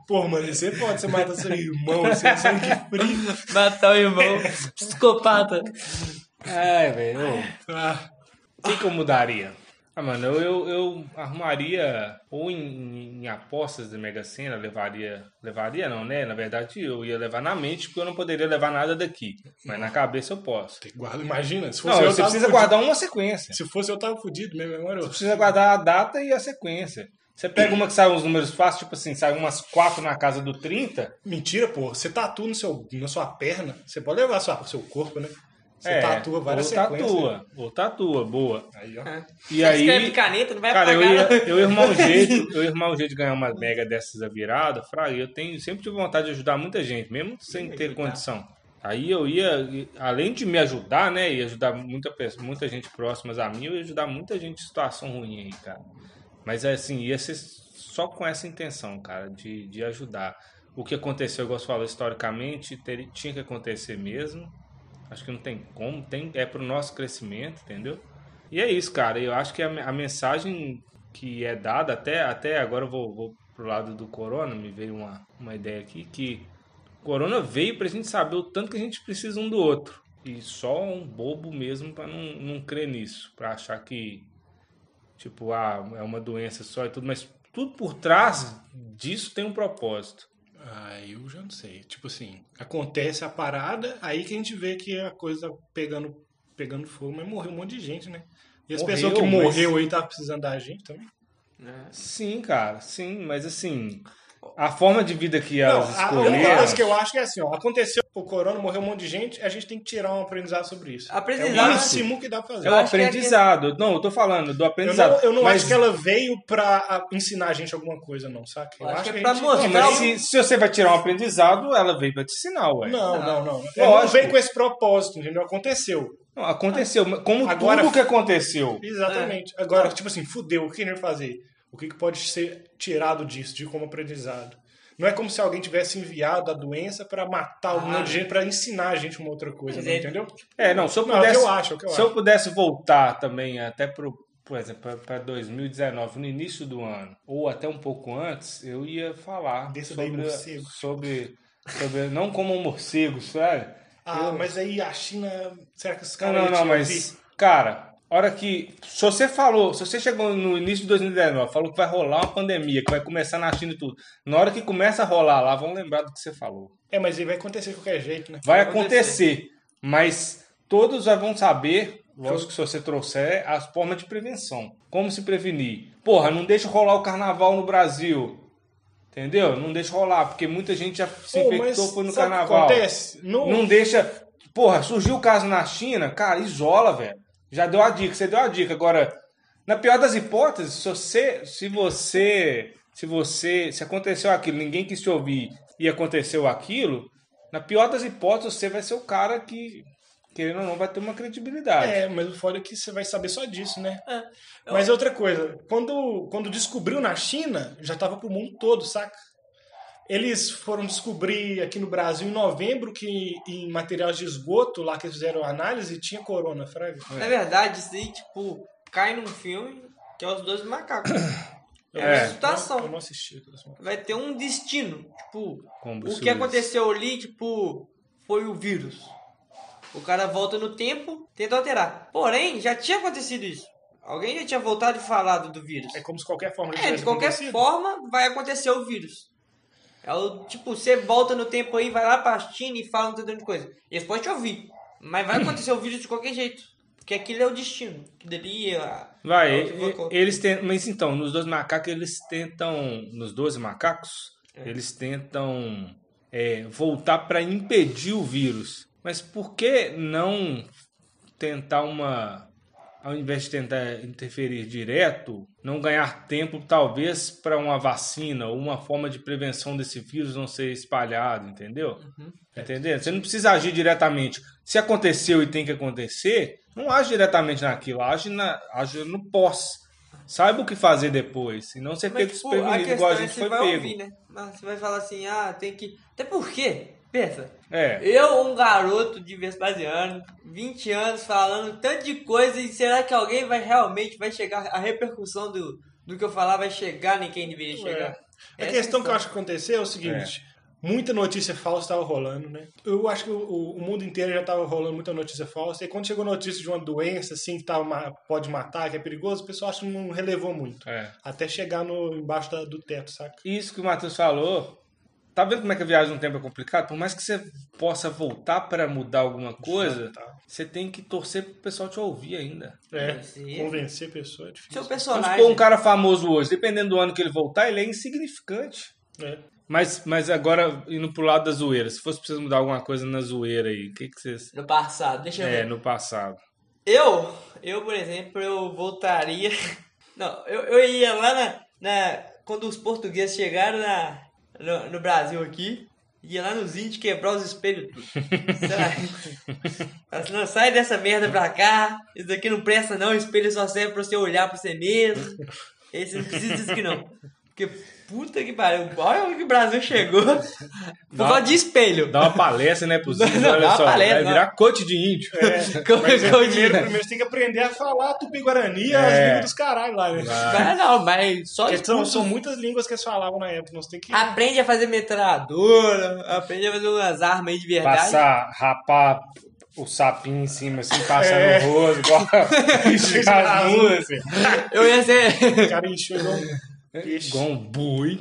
Speaker 3: Pô, mano, você pode, você mata seu irmão, você é sangue frio.
Speaker 2: Matar o irmão. Psicopata.
Speaker 1: Ai, velho. ô.
Speaker 3: Ah,
Speaker 1: O que, que eu mudaria? Ah, mano, eu, eu, eu arrumaria ou em, em- em apostas da Mega Sena, levaria. Levaria não, né? Na verdade, eu ia levar na mente, porque eu não poderia levar nada daqui. Mas na cabeça eu posso.
Speaker 3: tem que guardar- imagina, se fosse
Speaker 1: Não,
Speaker 3: eu,
Speaker 1: você
Speaker 3: tava
Speaker 1: precisa
Speaker 3: tá fudido.
Speaker 1: guardar uma sequência.
Speaker 3: Se fosse eu, tava fudido, minha memória.
Speaker 1: Você precisa guardar a data e a sequência. Você pega uma que sai uns números fáceis, tipo assim, sai umas quatro na casa do 30.
Speaker 3: Mentira, pô, você tatua no seu, na sua perna, você pode levar sua, seu corpo, né? Você
Speaker 1: é,
Speaker 3: tatua
Speaker 1: ou
Speaker 3: várias sequências.
Speaker 1: tatua, ou tatua, boa.
Speaker 3: Aí, ó.
Speaker 1: E
Speaker 2: Escreve
Speaker 1: aí,
Speaker 2: caneta, não vai
Speaker 1: cara, eu
Speaker 2: apagar.
Speaker 1: ia,
Speaker 2: não.
Speaker 1: eu ia arrumar um jeito, eu ia arrumar um jeito de ganhar uma mega dessas a virada, fraga. Eu tenho, sempre tive vontade de ajudar muita gente, mesmo sem ter
Speaker 2: ajudar.
Speaker 1: condição. Aí eu ia, além de me ajudar, né, e ajudar muita, pe- muita gente próximas a mim, eu ia ajudar muita gente em situação ruim aí, cara. Mas assim, ia ser só com essa intenção, cara, de, de ajudar. O que aconteceu, igual você falou, historicamente, ter- tinha que acontecer mesmo. Acho que não tem como, tem, é pro nosso crescimento, entendeu? E é isso, cara. Eu acho que a, me- a mensagem que é dada, até, até agora eu vou, vou pro lado do corona, me veio uma, uma ideia aqui, que corona veio pra gente saber o tanto que a gente precisa um do outro. E só um bobo mesmo pra não, não crer nisso, pra achar que, tipo, ah, é uma doença só e tudo, mas tudo por trás disso tem um propósito.
Speaker 3: Ah, eu já não sei. Tipo assim, acontece a parada, aí que a gente vê que a coisa tá pegando, pegando fogo, mas morreu um monte de gente, né? E as
Speaker 1: Morreu,
Speaker 3: pessoas que
Speaker 1: mas-
Speaker 3: morreu aí tá precisando da gente também.
Speaker 2: né?
Speaker 1: Sim, cara, sim, mas assim, a forma de vida que elas
Speaker 3: a
Speaker 1: escolheram.
Speaker 3: única coisa que eu acho que é assim, ó, aconteceu o corona, morreu um monte de gente, a gente tem que tirar um aprendizado sobre isso.
Speaker 1: Ah,
Speaker 3: É o
Speaker 1: um
Speaker 2: Aprendizado.
Speaker 3: máximo que dá pra fazer.
Speaker 1: É o
Speaker 2: acho que é
Speaker 1: aprendizado. Não, eu tô falando do
Speaker 3: Eu
Speaker 1: aprendizado.
Speaker 3: não, eu não
Speaker 1: mas
Speaker 3: acho que ela veio pra ah, ensinar a gente alguma coisa, não, saca?
Speaker 2: Eu acho que é
Speaker 3: a
Speaker 2: pra
Speaker 3: gente-
Speaker 2: mostrar
Speaker 1: Não, mas se, se você vai tirar um aprendizado, ela veio pra te ensinar, ué.
Speaker 3: Não, não, não. Ela não
Speaker 1: É Lógico.
Speaker 3: veio com esse propósito, entendeu? Aconteceu.
Speaker 1: Não, aconteceu. mas Como
Speaker 3: Agora-
Speaker 1: tudo que aconteceu.
Speaker 3: Exatamente. Agora, tipo assim, fudeu, o que a gente vai fazer? O que, que pode ser tirado disso, de como aprendizado? Não é como se alguém tivesse enviado a doença pra matar um
Speaker 2: Ah.
Speaker 3: monte de gente, pra ensinar a gente uma outra coisa,
Speaker 2: Mas
Speaker 3: não,
Speaker 2: é-
Speaker 3: entendeu?
Speaker 1: É, não, se eu
Speaker 3: Não, é o que
Speaker 1: pudesse.
Speaker 3: eu acho, é o que eu
Speaker 1: se
Speaker 3: acho.
Speaker 1: eu pudesse voltar também até pro, por exemplo, pra- pra 2019, no início do ano, ou até um pouco antes, eu ia falar
Speaker 3: Desça daí,
Speaker 1: sobre,
Speaker 3: morcego.
Speaker 1: sobre. Sobre. Não como um morcego, sabe?
Speaker 3: Ah, mas aí a China. Será que os
Speaker 1: Não,
Speaker 3: caras.
Speaker 1: não,
Speaker 3: iam
Speaker 1: não,
Speaker 3: te
Speaker 1: mas.
Speaker 3: ouvir?
Speaker 1: Cara, hora que. Se você falou, se você chegou no início de 2019, falou que vai rolar uma pandemia, que vai começar na China e tudo. Na hora que começa a rolar lá, vão lembrar do que você falou.
Speaker 3: É, mas aí vai acontecer de qualquer jeito, né?
Speaker 1: Vai
Speaker 2: Vai
Speaker 1: acontecer, mas todos já vão saber, lógico que se você trouxer, as formas de prevenção. Como se prevenir? Porra, não deixa rolar o carnaval no Brasil. Entendeu? Não deixa rolar, porque muita gente já se
Speaker 3: Pô, mas
Speaker 1: infectou, foi no
Speaker 3: sabe o que
Speaker 1: carnaval.
Speaker 3: acontece? No-
Speaker 1: Não deixa. Porra, surgiu o caso na China, cara, isola, velho. Já deu a dica, você deu a dica. Agora, na pior das hipóteses, se você. Se você. Se você. Se aconteceu aquilo, ninguém quis te ouvir e aconteceu aquilo, na pior das hipóteses, você vai ser o cara que, querendo ou não, vai ter uma credibilidade.
Speaker 3: É, mas o foda é que você vai saber só disso, né?
Speaker 2: É.
Speaker 3: Mas outra coisa, quando, quando descobriu na China, já tava pro mundo todo, saca? Eles foram descobrir aqui no Brasil em novembro que em materiais de esgoto, lá que eles fizeram a análise, tinha corona, fraga.
Speaker 2: Na É verdade, isso aí, tipo, cai num filme que é os dois macacos. É,
Speaker 1: É.
Speaker 2: uma situação.
Speaker 3: Eu, não assisti. aquelas merdas.
Speaker 2: Vai ter um destino. Tipo,
Speaker 1: Como
Speaker 2: o
Speaker 1: Bruce
Speaker 2: que
Speaker 1: Willis.
Speaker 2: aconteceu ali, tipo, foi o vírus. O cara volta no tempo, tenta alterar. Porém, já tinha acontecido isso. Alguém já tinha voltado e falado do vírus.
Speaker 3: É como se qualquer forma
Speaker 2: É,
Speaker 3: tivesse
Speaker 2: de qualquer
Speaker 3: acontecido.
Speaker 2: forma, vai acontecer o vírus. É o, tipo, você volta no tempo aí, vai lá pra China e fala um tanto de coisa. Eles podem te ouvir, mas vai acontecer o vírus de qualquer jeito. Porque aquilo é o destino. Que dali é a-
Speaker 1: Vai,
Speaker 2: é o
Speaker 1: e-
Speaker 2: que colocou.
Speaker 1: eles tentam. Mas então, nos 12 macacos, eles tentam. Nos 12 macacos, eles tentam é, voltar para impedir o vírus. Mas por que não tentar uma. Ao invés de tentar interferir direto, não ganhar tempo, talvez, para uma vacina ou uma forma de prevenção desse vírus não ser espalhado, entendeu?
Speaker 2: Uhum.
Speaker 1: Entendeu? Você não precisa agir diretamente. Se aconteceu e tem que acontecer, não age diretamente naquilo, age, na, age no pós. Saiba o que fazer depois. Senão você
Speaker 2: Mas,
Speaker 1: pega os
Speaker 2: tipo, a
Speaker 1: prevenidos, igual a
Speaker 2: questão é
Speaker 1: gente
Speaker 2: se
Speaker 1: foi
Speaker 2: vai
Speaker 1: pego.
Speaker 2: ouvir, né? Mas você vai falar assim, ah, tem que... Até porque, pensa,
Speaker 1: É.
Speaker 2: eu, um garoto de Vespasiano, 20 anos, falando um tanto de coisa, e será que alguém vai realmente, vai chegar, a repercussão do, do que eu falar vai chegar em quem deveria chegar?
Speaker 3: É. A
Speaker 2: Essa
Speaker 3: questão que eu
Speaker 2: só.
Speaker 3: acho que aconteceu é o seguinte. Muita notícia falsa estava rolando, né? Eu acho que o, o- o mundo inteiro já estava rolando muita notícia falsa. E quando chegou notícia de uma doença, assim, que tava, ma- pode matar, que é perigoso, o pessoal acho que não relevou muito.
Speaker 1: é.
Speaker 3: Até chegar no, embaixo da- do teto, saca?
Speaker 1: Isso que o Matheus falou. Tá vendo como é que a viagem no tempo é complicada? Por mais que você possa voltar para mudar alguma coisa,
Speaker 3: Tá.
Speaker 1: você tem que torcer pro pessoal te ouvir ainda.
Speaker 3: É,
Speaker 2: Sim.
Speaker 3: convencer a pessoa é difícil.
Speaker 2: Seu
Speaker 1: Vamos
Speaker 2: personagem.
Speaker 1: supor um cara famoso hoje, dependendo do ano que ele voltar, ele é insignificante.
Speaker 3: É.
Speaker 1: Mas, mas agora, indo pro lado da zoeira, se fosse preciso mudar alguma coisa na zoeira aí, o que, que vocês.
Speaker 2: No passado, deixa eu
Speaker 1: É,
Speaker 2: ver.
Speaker 1: no passado.
Speaker 2: Eu, eu, por exemplo, eu voltaria. Não, eu, eu ia lá na, na- Quando os portugueses chegaram na, no, no Brasil aqui, ia lá nos índios quebrar os espelhos tudo. Sei lá. Mas não sai dessa merda pra cá. Isso daqui não presta, não. O espelho só serve pra você olhar pra você mesmo. Esse não precisa disso que não. Porque puta que pariu, olha onde que o Brasil chegou. Por
Speaker 1: Dá-
Speaker 2: causa de espelho.
Speaker 1: Dá uma palestra, né, possível.
Speaker 2: Não, não, dá
Speaker 1: olha
Speaker 2: uma
Speaker 1: só,
Speaker 2: palestra,
Speaker 1: vai
Speaker 2: não.
Speaker 1: virar coach de índio.
Speaker 2: Como
Speaker 3: Mas é,
Speaker 2: que eu
Speaker 3: primeiro,
Speaker 2: digo?
Speaker 3: primeiro você tem que aprender a falar Tupi-Guarani e as
Speaker 1: É.
Speaker 3: línguas dos caralho lá, né?
Speaker 2: Ah, não, mas só
Speaker 3: Porque
Speaker 2: os
Speaker 3: são,
Speaker 2: cursos-
Speaker 3: são muitas línguas que eles falavam na época, nós tem que.
Speaker 2: Aprende a fazer metralhadora, aprende a fazer umas armas aí de verdade.
Speaker 1: Passar, rapar o sapinho em cima, assim, passar
Speaker 3: É.
Speaker 1: no rosto, igual
Speaker 3: Piscar
Speaker 1: as
Speaker 3: as
Speaker 1: duas, assim.
Speaker 2: Eu ia ser.
Speaker 3: O cara encheu igual um peixe.
Speaker 1: Igual um boi.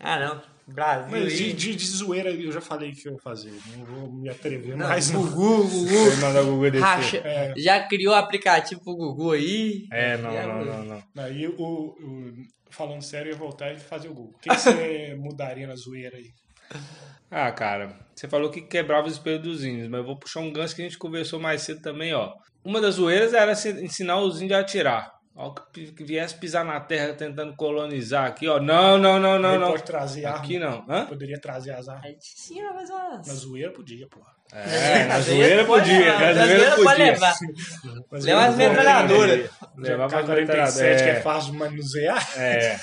Speaker 2: Ah, não. Brasil.
Speaker 3: Mas de,
Speaker 2: hein?
Speaker 3: de- de zoeira eu já falei que eu ia fazer. Não vou me atrever
Speaker 2: Não,
Speaker 3: mais, não.
Speaker 2: Gugu, Gugu.
Speaker 1: Foi mandar o Gugu descer.
Speaker 2: Racha,
Speaker 3: É.
Speaker 2: já criou aplicativo pro Gugu aí?
Speaker 1: É, não, não, não, não.
Speaker 3: Aí o, o- Falando sério, eu ia voltar e fazer o gol. O que, que você mudaria na zoeira aí?
Speaker 1: Ah, cara, você falou que quebrava os espelhos dos índios, mas eu vou puxar um gancho que a gente conversou mais cedo também, ó. Uma das zoeiras era se- ensinar os índios a atirar. Ó, que pi- que viesse pisar na terra tentando colonizar aqui, ó. Não, não, não, não,
Speaker 3: Ele
Speaker 1: não.
Speaker 3: pode trazer arma.
Speaker 1: Aqui não. Hã?
Speaker 3: Poderia trazer as armas.
Speaker 2: A gente ensina mais umas.
Speaker 3: Na zoeira podia, porra.
Speaker 1: É, na zoeira podia, na zoeira
Speaker 2: pode
Speaker 1: podia.
Speaker 2: levar.
Speaker 3: Mas
Speaker 2: Leva
Speaker 3: eu
Speaker 2: as
Speaker 3: vou-
Speaker 2: metralhadoras.
Speaker 1: Levava
Speaker 3: K47
Speaker 1: metralhadora,
Speaker 3: que
Speaker 1: é.
Speaker 3: é fácil de manusear.
Speaker 1: É.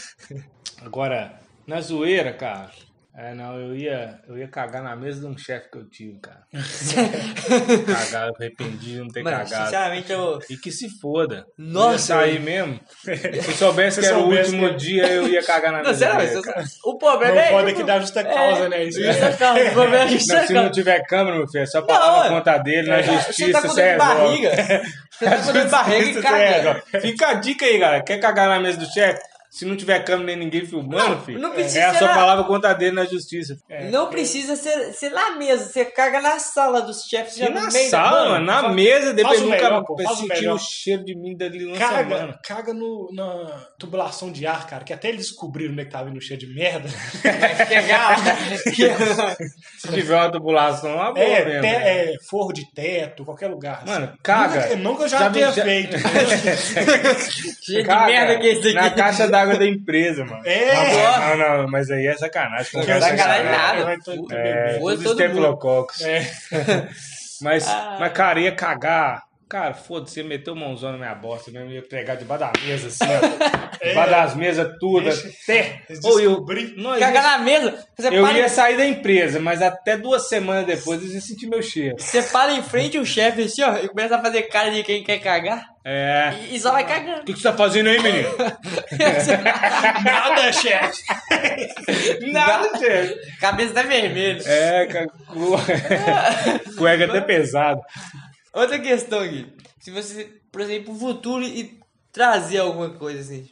Speaker 1: Agora, na zoeira, cara. É, não, eu ia, eu ia cagar na mesa de um chefe que eu tive, cara. cagar, eu arrependi de não ter
Speaker 2: Mano,
Speaker 1: cagado.
Speaker 2: sinceramente, eu.
Speaker 1: E que se foda.
Speaker 2: Nossa,
Speaker 1: Eu ia sair mesmo. Se eu soubesse
Speaker 3: Se
Speaker 1: que era o
Speaker 3: soubesse
Speaker 1: último
Speaker 3: que-
Speaker 1: dia, eu ia cagar na
Speaker 2: Não,
Speaker 1: mesa.
Speaker 2: sério,
Speaker 1: dele,
Speaker 2: mas
Speaker 1: cara.
Speaker 2: o problema
Speaker 3: Não
Speaker 2: é.
Speaker 3: pode que dá justa causa, né? Isso é-
Speaker 2: Justa causa, o problema é justa
Speaker 1: Não, se não
Speaker 2: causa.
Speaker 1: tiver câmera, meu filho, é só pagar na
Speaker 2: ué.
Speaker 1: conta dele, na
Speaker 2: Você
Speaker 1: justiça, é
Speaker 2: tá com dor de barriga. Você tá com dor de barriga e
Speaker 1: Isso é, ó.
Speaker 2: caga.
Speaker 1: Fica a dica aí, galera. Quer cagar na mesa do chefe? Se não tiver câmera nem ninguém filmando, filho,
Speaker 2: não
Speaker 1: é
Speaker 2: precisa
Speaker 1: a sua
Speaker 2: ser na-
Speaker 1: palavra contra dele na justiça.
Speaker 2: Não precisa ser, ser na mesa, você caga na sala dos chefes já
Speaker 1: E
Speaker 2: no
Speaker 1: na
Speaker 2: meio
Speaker 1: sala,
Speaker 2: da
Speaker 1: mano, na
Speaker 3: faz-
Speaker 1: mesa, depois
Speaker 3: faz o
Speaker 1: nunca
Speaker 3: melhor, pô, faz o
Speaker 1: sentir
Speaker 3: melhor.
Speaker 1: o cheiro de mim dali uma
Speaker 3: Caga,
Speaker 1: semana.
Speaker 3: caga no, na tubulação de ar, cara, que até eles descobriram né, que tava indo cheio de merda.
Speaker 2: Legal.
Speaker 1: Se tiver uma tubulação lá, boa
Speaker 3: é,
Speaker 1: mesmo. né?
Speaker 3: te- é, forro de teto, qualquer lugar.
Speaker 1: Mano,
Speaker 3: assim.
Speaker 1: caga.
Speaker 3: Nunca, nunca eu já,
Speaker 1: Já vi-
Speaker 3: tenha
Speaker 1: já-
Speaker 3: feito. entendeu?
Speaker 2: Cheio de
Speaker 1: Caga
Speaker 2: merda que é isso aqui.
Speaker 1: Na caixa d'água da empresa, mano.
Speaker 3: É.
Speaker 1: Não, não, não, mas aí é sacanagem.
Speaker 2: Não é sacanagem nada.
Speaker 3: Vai todo-
Speaker 1: É,
Speaker 2: Boa
Speaker 1: tudo
Speaker 2: todo mundo.
Speaker 1: estafilococos.
Speaker 3: É.
Speaker 1: Mas,
Speaker 2: Ah.
Speaker 1: mas, cara, ia cagar. Cara, foda-se, ia meter o mãozão na minha bosta mesmo, ia pegar debaixo da mesa, assim, ó. Debaixo das mesas, tudo,
Speaker 3: É. Deixa-
Speaker 1: até.
Speaker 3: Eles
Speaker 1: Ou eu,
Speaker 3: descobri-
Speaker 1: nós
Speaker 2: Caga na mesa, você
Speaker 1: Eu
Speaker 2: para,
Speaker 1: ia sair da empresa, mas até duas semanas depois eu ia sentir meu cheiro.
Speaker 2: você para em frente o chefe assim, ó, e começa a fazer cara de quem quer cagar
Speaker 1: É.
Speaker 2: e só vai
Speaker 1: O
Speaker 2: cagando.
Speaker 1: que, que você tá fazendo aí, menino?
Speaker 3: Nada, chefe.
Speaker 1: Nada, chefe.
Speaker 2: Cabeça tá vermelha.
Speaker 1: É, ca- cu- cueca até pesado.
Speaker 2: Outra questão aqui. Se você, por exemplo, pro futuro e trazer alguma coisa assim,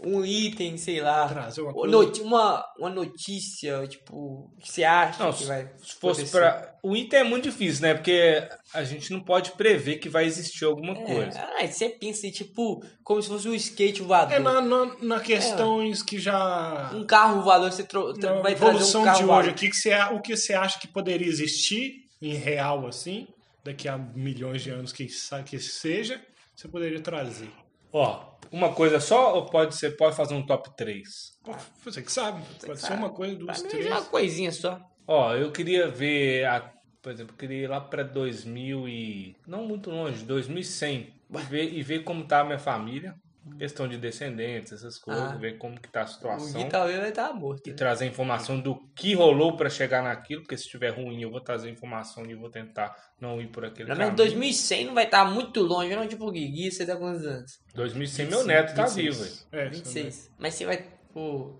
Speaker 2: um item, sei lá,
Speaker 3: Trazer uma
Speaker 2: ou
Speaker 3: coisa.
Speaker 2: noti- uma, uma notícia, tipo, que você acha
Speaker 1: Não,
Speaker 2: que
Speaker 1: se-
Speaker 2: vai
Speaker 1: Se fosse
Speaker 2: acontecer?
Speaker 1: pra. O item é muito difícil, né? Porque a gente não pode prever que vai existir alguma coisa.
Speaker 2: É, ah, você pensa em, tipo, como se fosse um skate voador.
Speaker 3: É na, na, na questões que já.
Speaker 2: Um carro voador, você tro- tra-
Speaker 3: Na
Speaker 2: vai trazer um
Speaker 3: evolução
Speaker 2: carro
Speaker 3: de hoje,
Speaker 2: voador.
Speaker 3: o que, que você, o que você acha que poderia existir em real assim, daqui a milhões de anos que, sa- que seja, você poderia trazer?
Speaker 1: Ó, uma coisa só ou pode ser, pode fazer um top 3?
Speaker 3: Pô, Você que sabe, pode ser
Speaker 2: sabe.
Speaker 3: uma coisa, duas,
Speaker 2: Pra mim,
Speaker 3: três.
Speaker 2: é uma coisinha só.
Speaker 1: Ó, eu queria ver, a- por exemplo, eu queria ir lá pra 2000 e... Não muito longe, 2100. E ver, e ver como tá a minha família. Questão de descendentes, essas coisas.
Speaker 2: Ah.
Speaker 1: Ver como que tá a
Speaker 2: O
Speaker 1: situação.
Speaker 2: Gui talvez vai estar morto.
Speaker 1: E trazer informação do que rolou pra chegar naquilo. Porque se estiver ruim, eu vou trazer informação e eu vou tentar não ir por aquele
Speaker 2: Pelo menos
Speaker 1: caminho.
Speaker 2: 2100 não vai estar muito longe, não. Tipo, o Gui, você tá com quantos anos?
Speaker 1: 2100, meu neto tá vivo. velho.
Speaker 3: É,
Speaker 2: 26. Mas você vai, pô...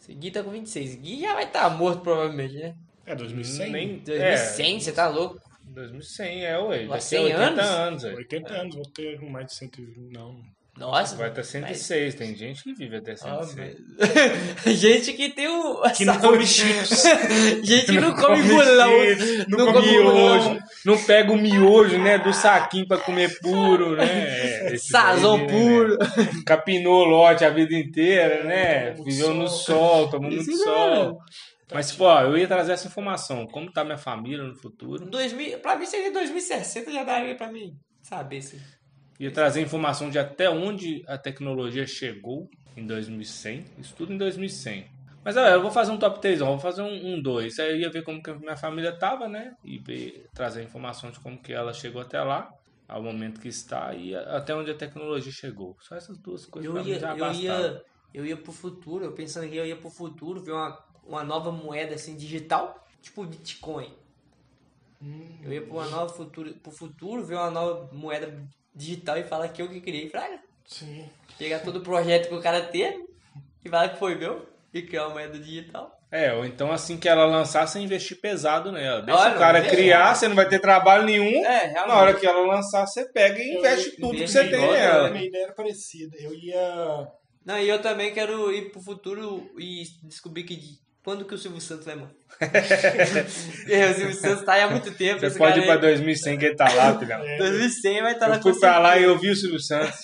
Speaker 2: Se Gui tá com 26. Gui já vai estar morto, provavelmente, né?
Speaker 3: É 2100?
Speaker 1: Nem-
Speaker 2: 2100, você tá louco.
Speaker 1: É, 2100, é, ué. Daqui a
Speaker 2: 100
Speaker 1: 80 anos,
Speaker 2: anos?
Speaker 1: ué.
Speaker 3: 80 anos, vou ter mais de 120. Não.
Speaker 2: Nossa.
Speaker 1: Vai tá até 106. Tem gente que vive até
Speaker 2: Ah,
Speaker 1: 106.
Speaker 2: mas- gente que tem o...
Speaker 3: Que não
Speaker 2: saúde-
Speaker 3: come chips.
Speaker 2: Gente que não come bolão.
Speaker 1: Isso, Não, come
Speaker 2: bolão.
Speaker 1: miojo. Não pega o miojo, né? Do saquinho pra comer puro, né? É, esse
Speaker 2: Sazão
Speaker 1: daí, né?
Speaker 2: puro.
Speaker 1: Capinou lote a vida inteira, né?
Speaker 3: Tomou muito
Speaker 1: Viveu no
Speaker 3: sol.
Speaker 1: sol, tomou muito
Speaker 2: Isso
Speaker 1: sol. Mas, pô, eu ia trazer essa informação. Como tá minha família no futuro?
Speaker 2: 2000, pra mim seria 2060, já daria pra mim saber assim. se.
Speaker 1: Ia trazer informação de até onde a tecnologia chegou em 2100. Isso tudo em 2100. Mas, olha, eu vou fazer um top 3, vou fazer um 2. Aí eu ia ver como que a minha família tava, né? E ver- trazer informação de como que ela chegou até lá, ao momento que está, e a- até onde a tecnologia chegou. Só essas duas coisas
Speaker 2: Eu
Speaker 1: pra mim
Speaker 2: ia,
Speaker 1: já
Speaker 2: eu
Speaker 1: bastavam.
Speaker 2: ia Eu ia pro futuro, eu pensando que eu ia pro futuro, ver uma, uma nova moeda assim digital, tipo Bitcoin.
Speaker 1: Hum.
Speaker 2: Eu ia pra uma nova futuro, pro futuro, ver uma nova moeda digital e falar que eu que criei, fraga.
Speaker 3: Sim.
Speaker 2: Pegar todo o projeto que o cara teve e falar que foi meu e criar uma moeda digital.
Speaker 1: É, ou então assim que ela lançar, você investir pesado nela. Deixa
Speaker 2: Olha,
Speaker 1: o cara
Speaker 2: é.
Speaker 1: criar, você não vai ter trabalho nenhum.
Speaker 2: É, realmente.
Speaker 1: Na hora que ela lançar, você pega e investe tudo que você tem
Speaker 2: Igual,
Speaker 3: é.
Speaker 1: nela.
Speaker 3: Minha ideia era parecida. Eu ia.
Speaker 2: Não, e eu também quero ir pro futuro e descobrir que quando que o Silvio Santos vai morrer. é, o Silvio Santos tá aí há muito tempo.
Speaker 1: Você
Speaker 2: esse
Speaker 1: pode
Speaker 2: cara
Speaker 1: ir pra
Speaker 2: aí- É.
Speaker 1: 2100 que ele tá lá, filhão.
Speaker 2: 2100 vai estar lá
Speaker 1: Eu fui
Speaker 2: com
Speaker 1: pra lá e
Speaker 2: certeza.
Speaker 1: eu vi o Silvio Santos.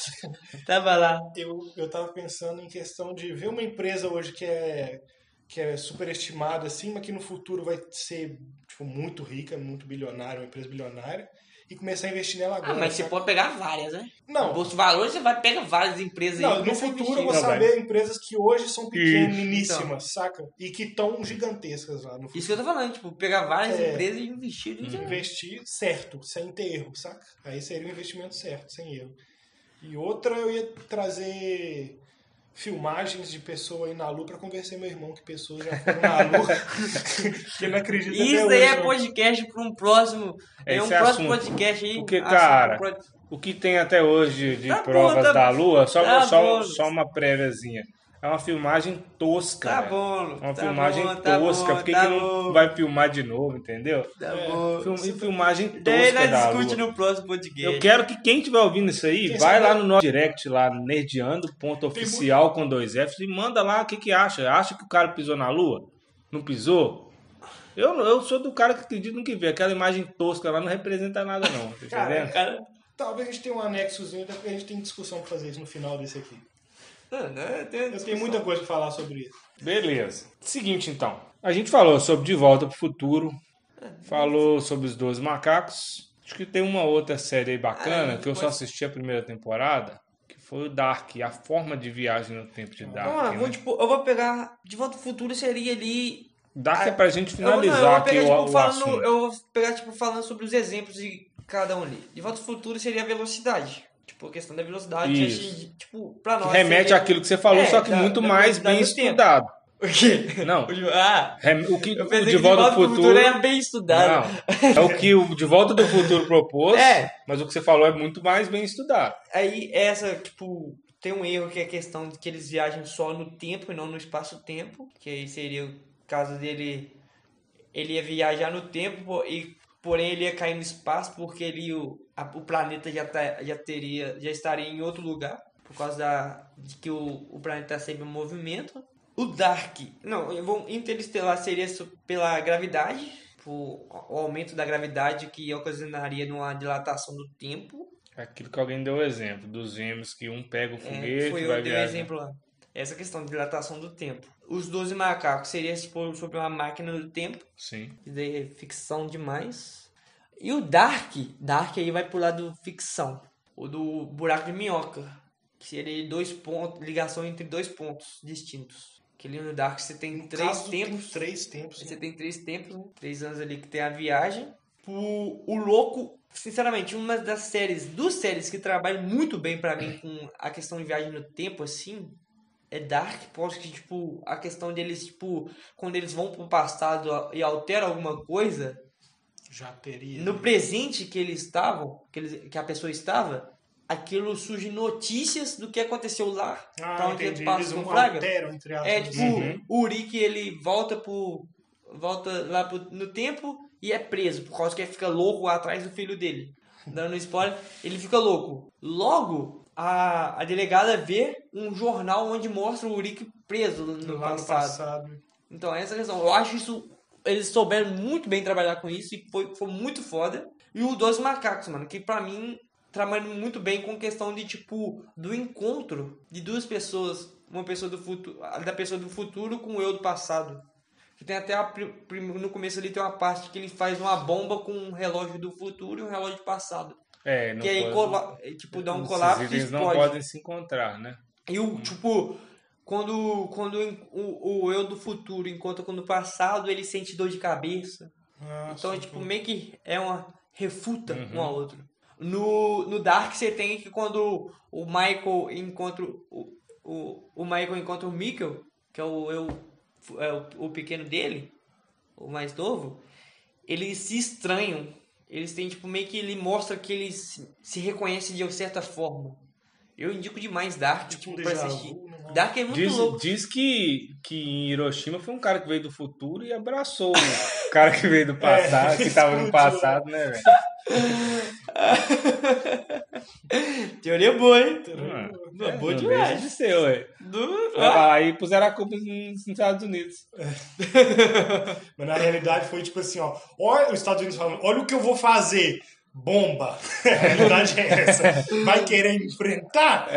Speaker 2: Tava lá.
Speaker 3: eu, eu tava pensando em questão de ver uma empresa hoje que é, que é superestimada, assim, mas que no futuro vai ser tipo, muito rica, muito bilionária, uma empresa bilionária, e começar a investir nela agora.
Speaker 2: Ah, mas você
Speaker 3: saca?
Speaker 2: pode pegar várias, né?
Speaker 3: Não.
Speaker 2: No Bolsa de Valores você vai pegar várias empresas aí.
Speaker 3: Não, no
Speaker 2: começa a
Speaker 3: futuro eu vou
Speaker 2: investir.
Speaker 1: Não,
Speaker 3: saber empresas que hoje são
Speaker 2: Então.
Speaker 3: pequeniníssimas, saca? E que estão gigantescas lá no futuro.
Speaker 2: Isso que eu tô falando, tipo, pegar várias
Speaker 3: É.
Speaker 2: empresas e investir em
Speaker 1: Hum.
Speaker 2: dinheiro.
Speaker 3: Investir certo, sem ter erro, saca? Aí seria um investimento certo, sem erro. E outra, eu ia trazer filmagens de pessoa aí na Lua pra convencer meu irmão que pessoas já foram na Lua. que não acredita até
Speaker 2: Isso
Speaker 3: hoje, né?
Speaker 2: aí é
Speaker 3: não.
Speaker 2: podcast pra um próximo.
Speaker 1: É,
Speaker 2: É, um
Speaker 1: né? esse é
Speaker 2: próximo
Speaker 1: assunto.
Speaker 2: podcast aí.
Speaker 1: Porque,
Speaker 2: assunto
Speaker 1: cara,
Speaker 2: pro-
Speaker 1: O que tem até hoje de
Speaker 2: Tá bom,
Speaker 1: provas
Speaker 2: tá-
Speaker 1: da Lua, só,
Speaker 2: tá
Speaker 1: só,
Speaker 2: bom.
Speaker 1: só uma préviazinha. É uma filmagem tosca.
Speaker 2: Tá
Speaker 1: velho.
Speaker 2: bom, Lu,
Speaker 1: é Uma
Speaker 2: tá
Speaker 1: filmagem
Speaker 2: bom, tá
Speaker 1: tosca.
Speaker 2: bom,
Speaker 1: Por que,
Speaker 2: tá
Speaker 1: que não
Speaker 2: bom.
Speaker 1: vai filmar de novo, entendeu?
Speaker 2: Tá
Speaker 3: É.
Speaker 2: bom.
Speaker 1: Film, e filmagem tosca
Speaker 2: Daí nós
Speaker 1: da
Speaker 2: discute
Speaker 1: Lua.
Speaker 2: no próximo podcast.
Speaker 1: Eu quero que quem estiver ouvindo isso aí,
Speaker 3: Quem
Speaker 1: vai
Speaker 3: sabe-
Speaker 1: lá no nosso direct lá, nerdeando.oficial com dois Fs e manda lá o que, que acha. Acha que o cara pisou na lua? Não pisou? Eu, não- eu sou do cara que acredita no que vê. Aquela imagem tosca lá não representa nada, não. Tá
Speaker 3: Cara,
Speaker 1: entendendo?
Speaker 2: Cara,
Speaker 3: Talvez a gente tenha um anexozinho, até porque a gente tem discussão pra fazer isso no final desse aqui.
Speaker 2: não, não, eu tenho-
Speaker 3: Eu tenho muita coisa pra falar sobre isso.
Speaker 1: Beleza. Seguinte, então. A gente falou sobre De Volta pro Futuro. Falou sobre os dois macacos. Acho que tem uma outra série aí bacana
Speaker 2: Ah,
Speaker 1: que eu só
Speaker 2: depois-
Speaker 1: assisti a primeira temporada, que foi o Dark, a forma de viagem no tempo de Dark.
Speaker 2: Vamos lá,
Speaker 1: né?
Speaker 2: vou, tipo, eu vou pegar. De volta ao futuro seria ali
Speaker 1: Dark
Speaker 2: Ah,
Speaker 1: é pra gente
Speaker 2: Eu vou- não,
Speaker 1: finalizar
Speaker 2: eu vou
Speaker 1: aqui
Speaker 2: pegar,
Speaker 1: o,
Speaker 2: tipo,
Speaker 1: o
Speaker 2: falando,
Speaker 1: assunto.
Speaker 2: Eu vou pegar, tipo, falando sobre os exemplos de cada um ali. De volta ao futuro seria a velocidade. Tipo, a questão da velocidade,
Speaker 1: Isso.
Speaker 2: assim, tipo, pra
Speaker 1: Que
Speaker 2: nós.
Speaker 1: remete
Speaker 2: seria...
Speaker 1: àquilo que você falou,
Speaker 2: É,
Speaker 1: só que
Speaker 2: da-
Speaker 1: muito
Speaker 2: da
Speaker 1: mais bem
Speaker 2: velocidade do tempo.
Speaker 1: estudado.
Speaker 2: O quê?
Speaker 1: Não.
Speaker 2: O de- Ah,
Speaker 1: Rem- O que
Speaker 2: eu
Speaker 1: o
Speaker 2: pensei
Speaker 1: De Volta ao Futuro...
Speaker 2: era bem estudado.
Speaker 1: Não, é o que o De Volta do Futuro propôs,
Speaker 2: É.
Speaker 1: mas o que você falou é muito mais bem estudado.
Speaker 2: Aí, essa, tipo, tem um erro que é a questão de que eles viajam só no tempo e não no espaço-tempo. Que aí seria o caso dele. Ele ia viajar no tempo po- e, porém, ele ia cair no espaço porque ele, o, a- o planeta já, tá, já teria, já estaria em outro lugar. Por causa da, de que o, o planeta está sempre em movimento. O Dark. Não, eu vou interestelar seria so- pela gravidade. por- O aumento da gravidade que ocasionaria numa dilatação do tempo.
Speaker 1: É Aquilo que alguém deu o exemplo, dos gêmeos que um pega o foguete,
Speaker 2: É, foi
Speaker 1: vai
Speaker 2: eu dei um
Speaker 1: viajar.
Speaker 2: exemplo lá. Essa questão de dilatação do tempo. Os 12 macacos seria tipo, sobre uma máquina do tempo,
Speaker 1: Sim.
Speaker 2: que daí é ficção demais. E o Dark, Dark aí vai pro lado ficção, o do buraco de minhoca, que seria dois pontos, ligação entre dois pontos distintos. Que ali no Dark você tem
Speaker 3: No
Speaker 2: três
Speaker 3: caso, tem
Speaker 2: tempos.
Speaker 3: Três tempos.
Speaker 2: Você
Speaker 3: né?
Speaker 2: tem três tempos, né? Três anos ali que tem a viagem. O, o Louco, sinceramente, uma das séries, duas séries que trabalham muito bem pra mim com a questão de viagem no tempo, assim, é Dark, posso que, tipo, a questão deles, tipo, quando eles vão pro passado e alteram alguma coisa,
Speaker 3: Já teria.
Speaker 2: no presente que eles estavam, que, eles, que a pessoa estava, aquilo surge notícias do que aconteceu lá,
Speaker 3: Ah,
Speaker 2: pra onde
Speaker 3: entendi.
Speaker 2: eles
Speaker 3: Eles
Speaker 2: passam
Speaker 3: um
Speaker 2: com Fraga.
Speaker 3: alteram, entre aspas. né?
Speaker 2: É tipo,
Speaker 1: Uhum.
Speaker 2: o Uric ele volta pro. volta lá pro- no tempo e é preso, por causa que ele fica louco atrás do filho dele. Dando spoiler, ele fica louco. Logo, a, a delegada vê um jornal onde mostra o Uric preso no
Speaker 3: lá no
Speaker 2: passado.
Speaker 3: passado.
Speaker 2: Então, essa questão. Eu acho isso. Eles souberam muito bem trabalhar com isso e foi, foi muito foda. E o Dois Macacos, mano, que pra mim trabalha muito bem com questão de tipo do encontro de duas pessoas, uma pessoa do futuro, da pessoa do futuro com o eu do passado. Que tem até a, pri- prim- no começo ali tem uma parte que ele faz uma bomba com um relógio do futuro e um relógio do passado.
Speaker 1: É, não
Speaker 2: que aí
Speaker 1: pode-
Speaker 2: cola- é, tipo dá um
Speaker 1: esses
Speaker 2: colapso e
Speaker 1: itens não
Speaker 2: explode.
Speaker 1: podem se encontrar, né?
Speaker 2: E o, tipo, quando, quando o, o eu do futuro encontra com o do passado, ele sente dor de cabeça.
Speaker 3: Ah,
Speaker 2: então,
Speaker 3: sim,
Speaker 2: é, tipo,
Speaker 3: sim.
Speaker 2: meio que é uma refuta
Speaker 1: Uhum.
Speaker 2: um ao outro. No, no Dark, você tem que quando o Michael encontra o, o, o Michael encontra o Mikkel, que é o, é o, é o, o pequeno dele, o mais novo, eles se estranham. Eles têm, tipo, meio que ele mostra que eles se reconhecem de uma certa forma. Eu indico demais Dark, tipo, pra
Speaker 3: um déjà
Speaker 2: assistir.
Speaker 3: vu, né?
Speaker 2: Dark é muito
Speaker 1: Diz,
Speaker 2: louco.
Speaker 1: diz que, que em Hiroshima foi um cara que veio do futuro e abraçou o cara que
Speaker 2: É,
Speaker 1: veio do passado, que tava no
Speaker 3: explodiu.
Speaker 1: passado, né, velho?
Speaker 2: Teoria boa, hein?
Speaker 1: Ah,
Speaker 2: Boa,
Speaker 1: é,
Speaker 2: boa
Speaker 1: não
Speaker 2: demais.
Speaker 1: deixa de ser, ué.
Speaker 2: Do... Ah,
Speaker 1: Aí puseram a culpa nos Estados Unidos.
Speaker 3: Mas na realidade foi tipo assim, ó. Olha os Estados Unidos falando, olha o que eu vou fazer. Bomba. A realidade é essa. Vai querer enfrentar?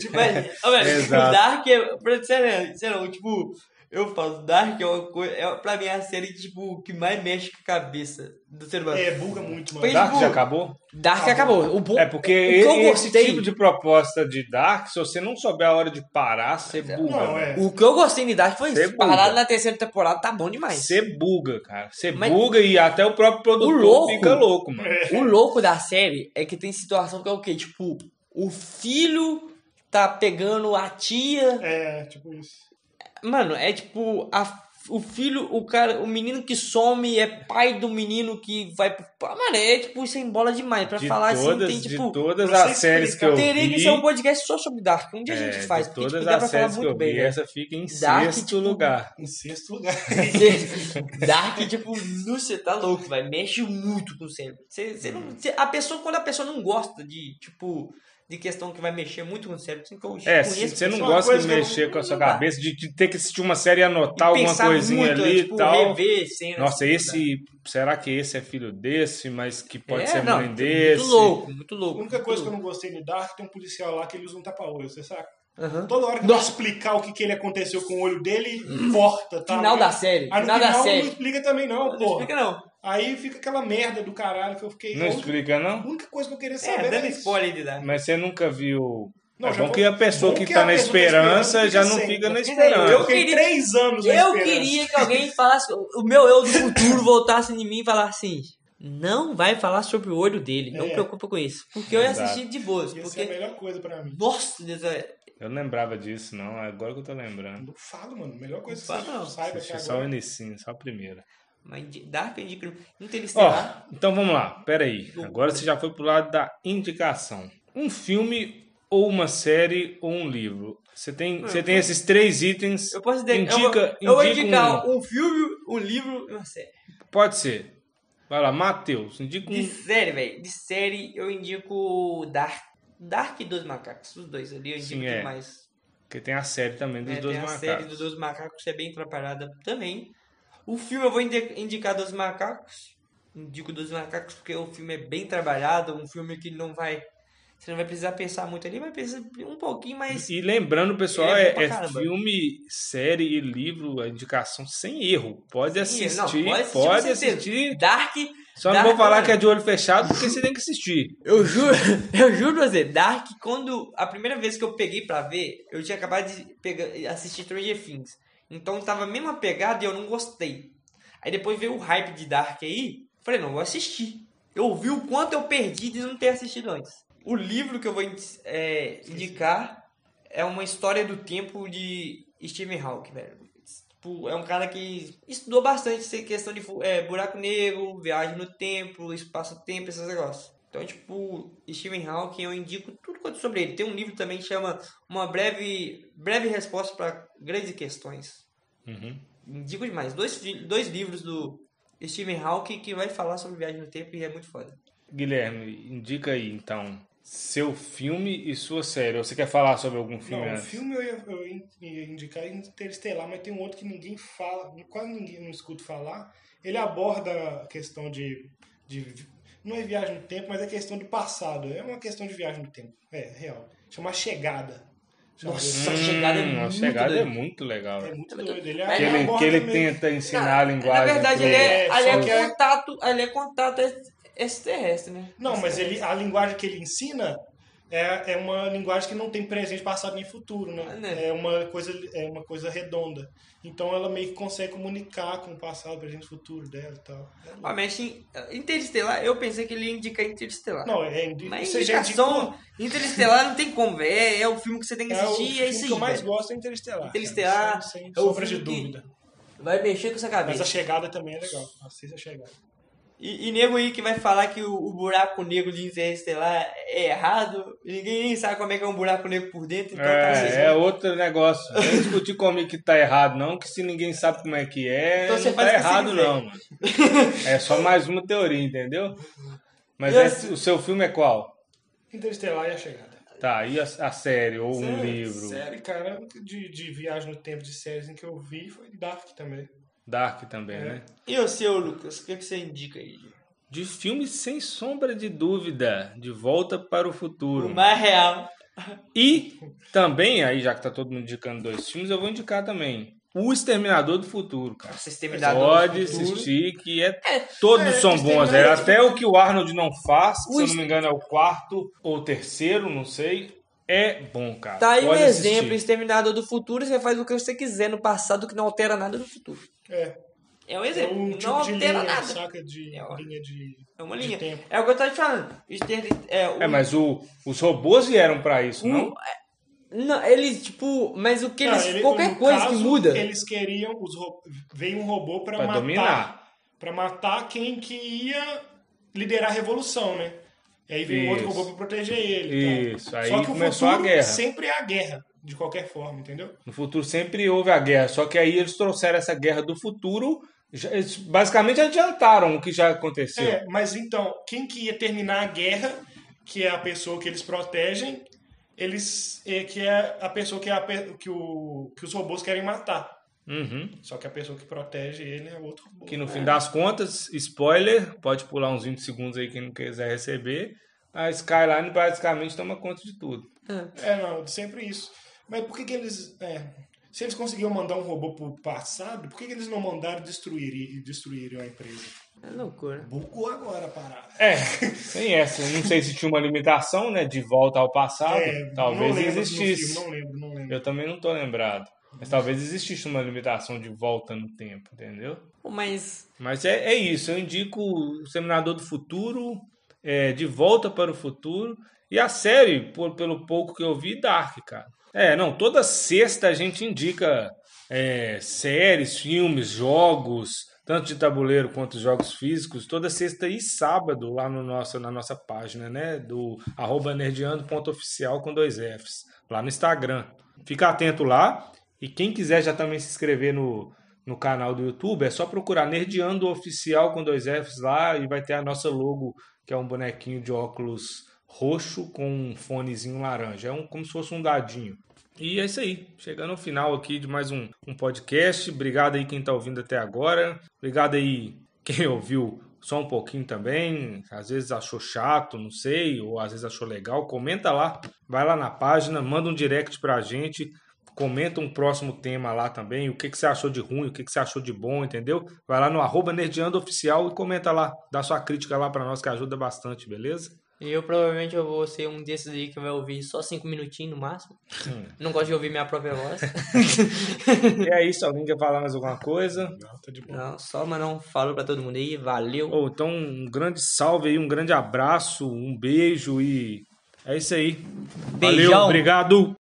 Speaker 3: Tipo,
Speaker 2: Mas, ó, velho,
Speaker 1: Exato.
Speaker 2: Dark é. pra- Sério, sério, tipo, eu falo, Dark é uma coisa. É, pra mim é a série tipo, que mais mexe com a cabeça do ser humano.
Speaker 3: é, buga muito, mano.
Speaker 2: Pois
Speaker 1: Dark
Speaker 2: Tipo,
Speaker 1: já acabou?
Speaker 2: Dark acabou. O bom,
Speaker 1: É porque
Speaker 2: o que eu
Speaker 1: esse
Speaker 2: gostei,
Speaker 1: tipo de proposta de Dark, se você não souber a hora de parar, você buga.
Speaker 3: Não,
Speaker 1: velho.
Speaker 3: é.
Speaker 2: o que eu gostei de Dark foi isso.
Speaker 1: Você
Speaker 2: Parado
Speaker 1: buga.
Speaker 2: na terceira temporada tá bom demais.
Speaker 1: Você buga, cara. Você
Speaker 2: Mas-
Speaker 1: buga e até o próprio produtor
Speaker 2: louco- É.
Speaker 1: fica louco, mano.
Speaker 2: O louco da série é que tem situação que é o quê? Tipo, o filho tá pegando a tia.
Speaker 3: É, tipo isso.
Speaker 2: Mano, é tipo a- o filho, o cara, o menino que some é pai do menino que vai pro. Ah, Mano, é tipo isso é em bola demais pra
Speaker 1: De
Speaker 2: falar
Speaker 1: todas,
Speaker 2: assim, tem
Speaker 1: de
Speaker 2: tipo
Speaker 1: todas
Speaker 3: pra
Speaker 1: as
Speaker 3: você
Speaker 1: séries que eu
Speaker 2: teria
Speaker 1: vi,
Speaker 2: que ser um podcast só sobre Dark. Um dia a
Speaker 1: é,
Speaker 2: gente faz,
Speaker 1: de
Speaker 2: porque tipo,
Speaker 1: todas
Speaker 2: dá pra
Speaker 1: as
Speaker 2: falar
Speaker 1: séries que
Speaker 2: muito
Speaker 1: eu vi, é
Speaker 2: bem. né? velho.
Speaker 1: essa fica em
Speaker 2: Dark,
Speaker 1: sexto
Speaker 2: tipo,
Speaker 1: lugar.
Speaker 3: Em sexto lugar.
Speaker 2: Dark, tipo, nu, você tá louco, vai mexe muito com o cérebro. Você, você não, você- a pessoa, quando a pessoa não gosta de, tipo, de questão que vai mexer muito com o cérebro, assim, que eu
Speaker 1: É,
Speaker 2: conheço
Speaker 1: se você não
Speaker 2: pessoas, uma
Speaker 1: gosta de
Speaker 2: coisa que eu
Speaker 1: mexer
Speaker 2: não-
Speaker 1: com a sua
Speaker 2: não dá.
Speaker 1: cabeça, de, de ter que assistir uma série e
Speaker 2: E
Speaker 1: anotar alguma
Speaker 2: pensar
Speaker 1: coisinha
Speaker 2: muito,
Speaker 1: ali
Speaker 2: tipo,
Speaker 1: e tal.
Speaker 2: rever né? cenas, assim,
Speaker 1: Nossa,
Speaker 2: não dá.
Speaker 1: esse. Será que esse é filho desse, mas que pode
Speaker 2: É,
Speaker 1: ser
Speaker 2: não,
Speaker 1: mãe desse?
Speaker 2: Muito louco, muito
Speaker 3: A
Speaker 2: louco.
Speaker 3: única
Speaker 2: muito
Speaker 3: coisa que eu
Speaker 2: louco.
Speaker 3: não gostei de Dark tem um policial lá que ele usa um tapa-olho, você sabe?
Speaker 2: Aham.
Speaker 3: Toda hora que vai explicar o que, que ele aconteceu com o olho dele, corta, tá?
Speaker 2: Final da série,
Speaker 3: Aí no
Speaker 2: final da
Speaker 3: final
Speaker 2: série.
Speaker 3: não explica também não,
Speaker 2: Não
Speaker 3: pô.
Speaker 2: explica, não.
Speaker 3: Aí fica aquela merda do caralho que eu fiquei...
Speaker 1: Não
Speaker 3: a única-
Speaker 1: explica,
Speaker 3: A
Speaker 1: não?
Speaker 3: única coisa que eu queria saber
Speaker 2: É, dando
Speaker 3: era isso.
Speaker 2: spoiler de Dark.
Speaker 1: Mas você nunca viu.
Speaker 3: Não,
Speaker 1: é
Speaker 3: já
Speaker 1: bom
Speaker 3: vou-
Speaker 1: que a pessoa
Speaker 3: bom
Speaker 1: que,
Speaker 3: que
Speaker 1: tá
Speaker 3: a
Speaker 1: na
Speaker 3: pessoa que tá
Speaker 1: esperança
Speaker 3: esperando
Speaker 1: já
Speaker 3: fica
Speaker 1: não
Speaker 3: sem.
Speaker 1: fica na
Speaker 2: Mas aí,
Speaker 1: esperança.
Speaker 3: Eu fiquei
Speaker 2: queria-
Speaker 3: três anos na
Speaker 2: Eu
Speaker 3: esperança.
Speaker 2: queria que alguém falasse, o meu eu do futuro voltasse em mim e falasse assim: não vai falar sobre o olho dele, não
Speaker 3: É.
Speaker 2: preocupa com isso. Porque eu ia
Speaker 1: Exato.
Speaker 2: assistir de boas.
Speaker 3: Ia ser a
Speaker 2: Porque,
Speaker 3: melhor coisa pra mim.
Speaker 2: nossa, Deus, é-
Speaker 1: Eu não lembrava disso, não. Agora que eu tô lembrando.
Speaker 3: Não falo, mano. Melhor coisa que
Speaker 2: Não fala, não.
Speaker 3: você saiba que
Speaker 1: Assisti só o
Speaker 3: agora...
Speaker 1: inicinho, só a primeira.
Speaker 2: mas de- Dark é incrível.
Speaker 1: Ó,
Speaker 2: Interestelar.
Speaker 1: então vamos lá. Pera aí. Agora você já foi pro lado da indicação. Um filme ou uma série ou um livro. Você tem, você tem esses três itens.
Speaker 2: Eu posso dizer,
Speaker 1: indica,
Speaker 2: eu, vou, eu vou
Speaker 1: indica
Speaker 2: indicar
Speaker 1: um-
Speaker 2: um... filme, um livro e uma série.
Speaker 1: Pode ser. Vai lá, Matheus, indica
Speaker 2: De
Speaker 1: um.
Speaker 2: série, velho. De série, eu indico Dark. Dark e Dois Macacos. Os dois ali, eu indico
Speaker 1: Sim, é.
Speaker 2: demais.
Speaker 1: Porque tem a série também dos
Speaker 2: É,
Speaker 1: dois
Speaker 2: tem a
Speaker 1: macacos.
Speaker 2: série dos Dois Macacos, que é bem atrapalhada também. O filme eu vou indi- indicar Dois Macacos. Indico Dois Macacos porque o filme é bem trabalhado, um filme que não vai... Você não vai precisar pensar muito ali, vai precisar um pouquinho mais...
Speaker 1: E lembrando, pessoal,
Speaker 2: Ele é
Speaker 1: é,
Speaker 2: bom pra
Speaker 1: é
Speaker 2: caramba.
Speaker 1: filme, série e livro, a indicação sem erro. Pode
Speaker 2: Sim,
Speaker 1: assistir,
Speaker 2: não,
Speaker 1: pode
Speaker 2: pode
Speaker 1: assistir.
Speaker 2: assistir, com certeza. Dark,
Speaker 1: Só não
Speaker 2: Dark
Speaker 1: vou falar
Speaker 2: Knight.
Speaker 1: que é de olho fechado, porque você tem que assistir.
Speaker 2: eu juro, eu juro pra você, Dark, quando... A primeira vez que eu peguei pra ver, eu tinha acabado de pegar, assistir Stranger Things. Então tava a mesma pegada e eu não gostei. Aí depois veio o hype de Dark aí, falei, não, vou assistir. Eu vi o quanto eu perdi de não ter assistido antes. O livro que eu vou in- é, indicar é uma história do tempo de Stephen Hawking, velho. Tipo, é um cara que estudou bastante essa questão de fu- é, buraco negro, viagem no tempo, espaço-tempo, esses negócios. Então, tipo, Stephen Hawking, eu indico tudo quanto sobre ele. Tem um livro também que chama Uma Breve, breve Resposta para Grandes Questões.
Speaker 1: Uhum.
Speaker 2: Indico demais. Dois, fi- dois livros do Stephen Hawking que vai falar sobre viagem no tempo e é muito foda.
Speaker 1: Guilherme, indica aí, então, seu filme e sua série. Ou você quer falar sobre algum filme
Speaker 3: Não, o
Speaker 1: antes?
Speaker 3: filme eu ia, eu ia in- ia indicar Interestelar, mas tem um outro que ninguém fala, quase ninguém não escuta falar. Ele aborda a questão de, de vi- não é viagem no tempo, mas é questão do passado. É uma questão de viagem no tempo. É, real. Chama A Chegada. Chama
Speaker 2: Nossa,
Speaker 1: Hum,
Speaker 2: a chegada é muito
Speaker 1: chegada é
Speaker 2: doido.
Speaker 1: muito legal.
Speaker 3: É
Speaker 1: velho.
Speaker 3: muito doido. Ele
Speaker 1: Que
Speaker 2: Ele
Speaker 1: ele,
Speaker 3: aborda
Speaker 1: que ele
Speaker 3: meio-
Speaker 1: tenta ensinar a linguagem.
Speaker 2: Na verdade,
Speaker 1: pro-
Speaker 2: ele é,
Speaker 3: É,
Speaker 2: ele
Speaker 3: só
Speaker 2: é
Speaker 3: que é-
Speaker 2: contato, ele é contato ex- extraterrestre, né?
Speaker 3: Não, mas ele, a linguagem que ele ensina é, é uma linguagem que não tem presente, passado nem futuro, né?
Speaker 2: Ah, né?
Speaker 3: É uma coisa é uma coisa redonda. Então ela meio que consegue comunicar com o passado, presente, futuro dela e tal. É louco.
Speaker 2: Ah, mas em- Interestelar, eu pensei que ele ia indicar Interestelar.
Speaker 3: Não, é indi-
Speaker 2: Mas
Speaker 3: você já
Speaker 2: indicação Interestelar não tem como, é, é o filme que você tem que
Speaker 3: indicou- é o
Speaker 2: assistir,
Speaker 3: filme
Speaker 2: é, isso aí.
Speaker 3: que eu mais
Speaker 2: velho.
Speaker 3: gosto é Interestelar.
Speaker 2: Interestelar,
Speaker 3: cara, Sem, sem
Speaker 2: é o
Speaker 3: sombra de
Speaker 2: filme que-
Speaker 3: dúvida.
Speaker 2: Vai mexer com essa
Speaker 3: Mas
Speaker 2: cabeça.
Speaker 3: a chegada também é legal. Assista a chegada.
Speaker 2: E, e nego aí que vai falar que o, o buraco negro de Interestelar é errado, e ninguém nem sabe como é que é um buraco negro por dentro, então tá
Speaker 1: É, é
Speaker 2: assistindo.
Speaker 1: outro negócio. Não discutir como é que tá errado, não, que se ninguém sabe como é que é,
Speaker 2: Então você
Speaker 1: não
Speaker 2: faz
Speaker 1: tá
Speaker 2: o que você
Speaker 1: errado,
Speaker 2: quiser.
Speaker 1: não, mano. É só mais uma teoria, entendeu? Mas
Speaker 2: Eu-
Speaker 1: esse- o seu filme é qual?
Speaker 3: Interestelar e a chegada.
Speaker 1: Tá, e a, a série ou um
Speaker 3: Sério,
Speaker 1: livro?
Speaker 3: Sério, cara, a única de, de viagem no tempo de séries em que eu vi foi Dark também.
Speaker 1: Dark também,
Speaker 3: É.
Speaker 1: né?
Speaker 2: E o seu, Lucas, o que, que você indica aí?
Speaker 1: De filme sem sombra de dúvida, De Volta para o Futuro.
Speaker 2: O mais real.
Speaker 1: E também, aí já que tá todo mundo indicando dois filmes, eu vou indicar também O Exterminador do Futuro, cara.
Speaker 2: Nossa, Exterminador
Speaker 1: Pode
Speaker 2: do Futuro.
Speaker 1: assistir que é todos são bons. É, até o que o Arnold não faz, se
Speaker 2: O
Speaker 1: eu não me engano é o quarto ou terceiro, não sei, é bom, cara.
Speaker 2: Tá aí um
Speaker 1: Pode assistir.
Speaker 2: exemplo, Exterminador do Futuro, você faz o que você quiser no passado que não altera nada no futuro.
Speaker 3: É,
Speaker 2: É um
Speaker 3: é
Speaker 2: exemplo,
Speaker 3: um
Speaker 2: não
Speaker 3: tipo de
Speaker 2: altera
Speaker 3: linha,
Speaker 2: nada.
Speaker 3: saca? De
Speaker 2: É, ó.
Speaker 3: linha de,
Speaker 2: É uma
Speaker 3: de
Speaker 2: linha.
Speaker 3: tempo.
Speaker 2: É o que eu tava te falando. Exterli... É, o...
Speaker 1: É, mas o- os robôs vieram pra isso,
Speaker 2: o-
Speaker 1: não?
Speaker 2: é- Não, eles, tipo, mas o que
Speaker 3: Não,
Speaker 2: eles.
Speaker 3: ele-
Speaker 2: qualquer
Speaker 3: no
Speaker 2: coisa
Speaker 3: caso,
Speaker 2: que muda.
Speaker 3: Eles queriam. Os ro... Veio um robô pra
Speaker 1: Pra
Speaker 3: matar.
Speaker 1: dominar.
Speaker 3: Pra matar quem que ia liderar a revolução, né? E aí veio um outro
Speaker 1: Isso.
Speaker 3: robô pra proteger ele. tá?
Speaker 1: Isso, aí
Speaker 3: Só que o
Speaker 1: começou a
Speaker 3: futuro
Speaker 1: guerra.
Speaker 3: Sempre é a guerra, de qualquer forma, entendeu?
Speaker 1: No futuro sempre houve a guerra, só que aí eles trouxeram essa guerra do futuro, já- eles basicamente adiantaram o que já aconteceu.
Speaker 3: É, mas então, quem que ia terminar a guerra, que é a pessoa que eles protegem, eles é, que é a pessoa que, é a pe- que, o, que os robôs querem matar.
Speaker 1: Uhum.
Speaker 3: Só que a pessoa que protege ele é outro robô.
Speaker 1: Que no fim das contas, spoiler, pode pular uns 20 segundos aí quem não quiser receber. A Skyline basicamente toma conta de tudo.
Speaker 3: É, não, sempre isso. Mas por que, que eles. é, se eles conseguiam mandar um robô pro passado, por que, que eles não mandaram destruir e destruíram a empresa?
Speaker 2: É loucura.
Speaker 3: Bugou agora a parada.
Speaker 1: É, sem essa. Não sei se tinha uma limitação, né? De volta ao passado.
Speaker 3: É,
Speaker 1: talvez
Speaker 3: não lembro do
Speaker 1: existisse.
Speaker 3: filme, Não lembro, não lembro.
Speaker 1: Eu também não tô lembrado. Mas talvez existisse uma limitação de volta no tempo, entendeu?
Speaker 2: Pô, Mas.
Speaker 1: Mas é, é isso, eu indico o Seminador do Futuro, é, De Volta para o Futuro, e a série, por- pelo pouco que eu vi, Dark, cara. É, não, toda sexta a gente indica é, séries, filmes, jogos, tanto de tabuleiro quanto jogos físicos, toda sexta e sábado lá no nosso, na nossa página, né? Do arroba nerdeando.oficial com dois Fs, lá no Instagram. Fica atento lá. E quem quiser já também se inscrever no, no canal do YouTube, é só procurar Nerdeando Oficial com dois Fs lá e vai ter a nossa logo, que é um bonequinho de óculos roxo com um fonezinho laranja. É um, como se fosse um dadinho. E é isso aí. Chegando ao final aqui de mais um, um podcast. Obrigado aí quem tá ouvindo até agora. Obrigado aí quem ouviu só um pouquinho também. Às vezes achou chato, não sei, ou às vezes achou legal. Comenta lá. Vai lá na página, manda um direct pra gente. Comenta um próximo tema lá também. O que, que você achou de ruim, o que, que você achou de bom, entendeu? Vai lá no arroba Nerdeando Oficial e comenta lá. Dá sua crítica lá pra nós que ajuda bastante, beleza?
Speaker 2: E eu provavelmente eu vou ser um desses aí que vai ouvir só cinco minutinhos no máximo.
Speaker 1: Hum.
Speaker 2: Não gosto de ouvir minha própria voz.
Speaker 1: E é isso. Alguém quer falar mais alguma coisa?
Speaker 3: Não, tá de boa.
Speaker 2: não, só, mas não falo pra todo mundo aí. Valeu.
Speaker 1: Ou então um grande salve aí, um grande abraço, um beijo e é isso aí.
Speaker 2: Beijão.
Speaker 1: Valeu, obrigado.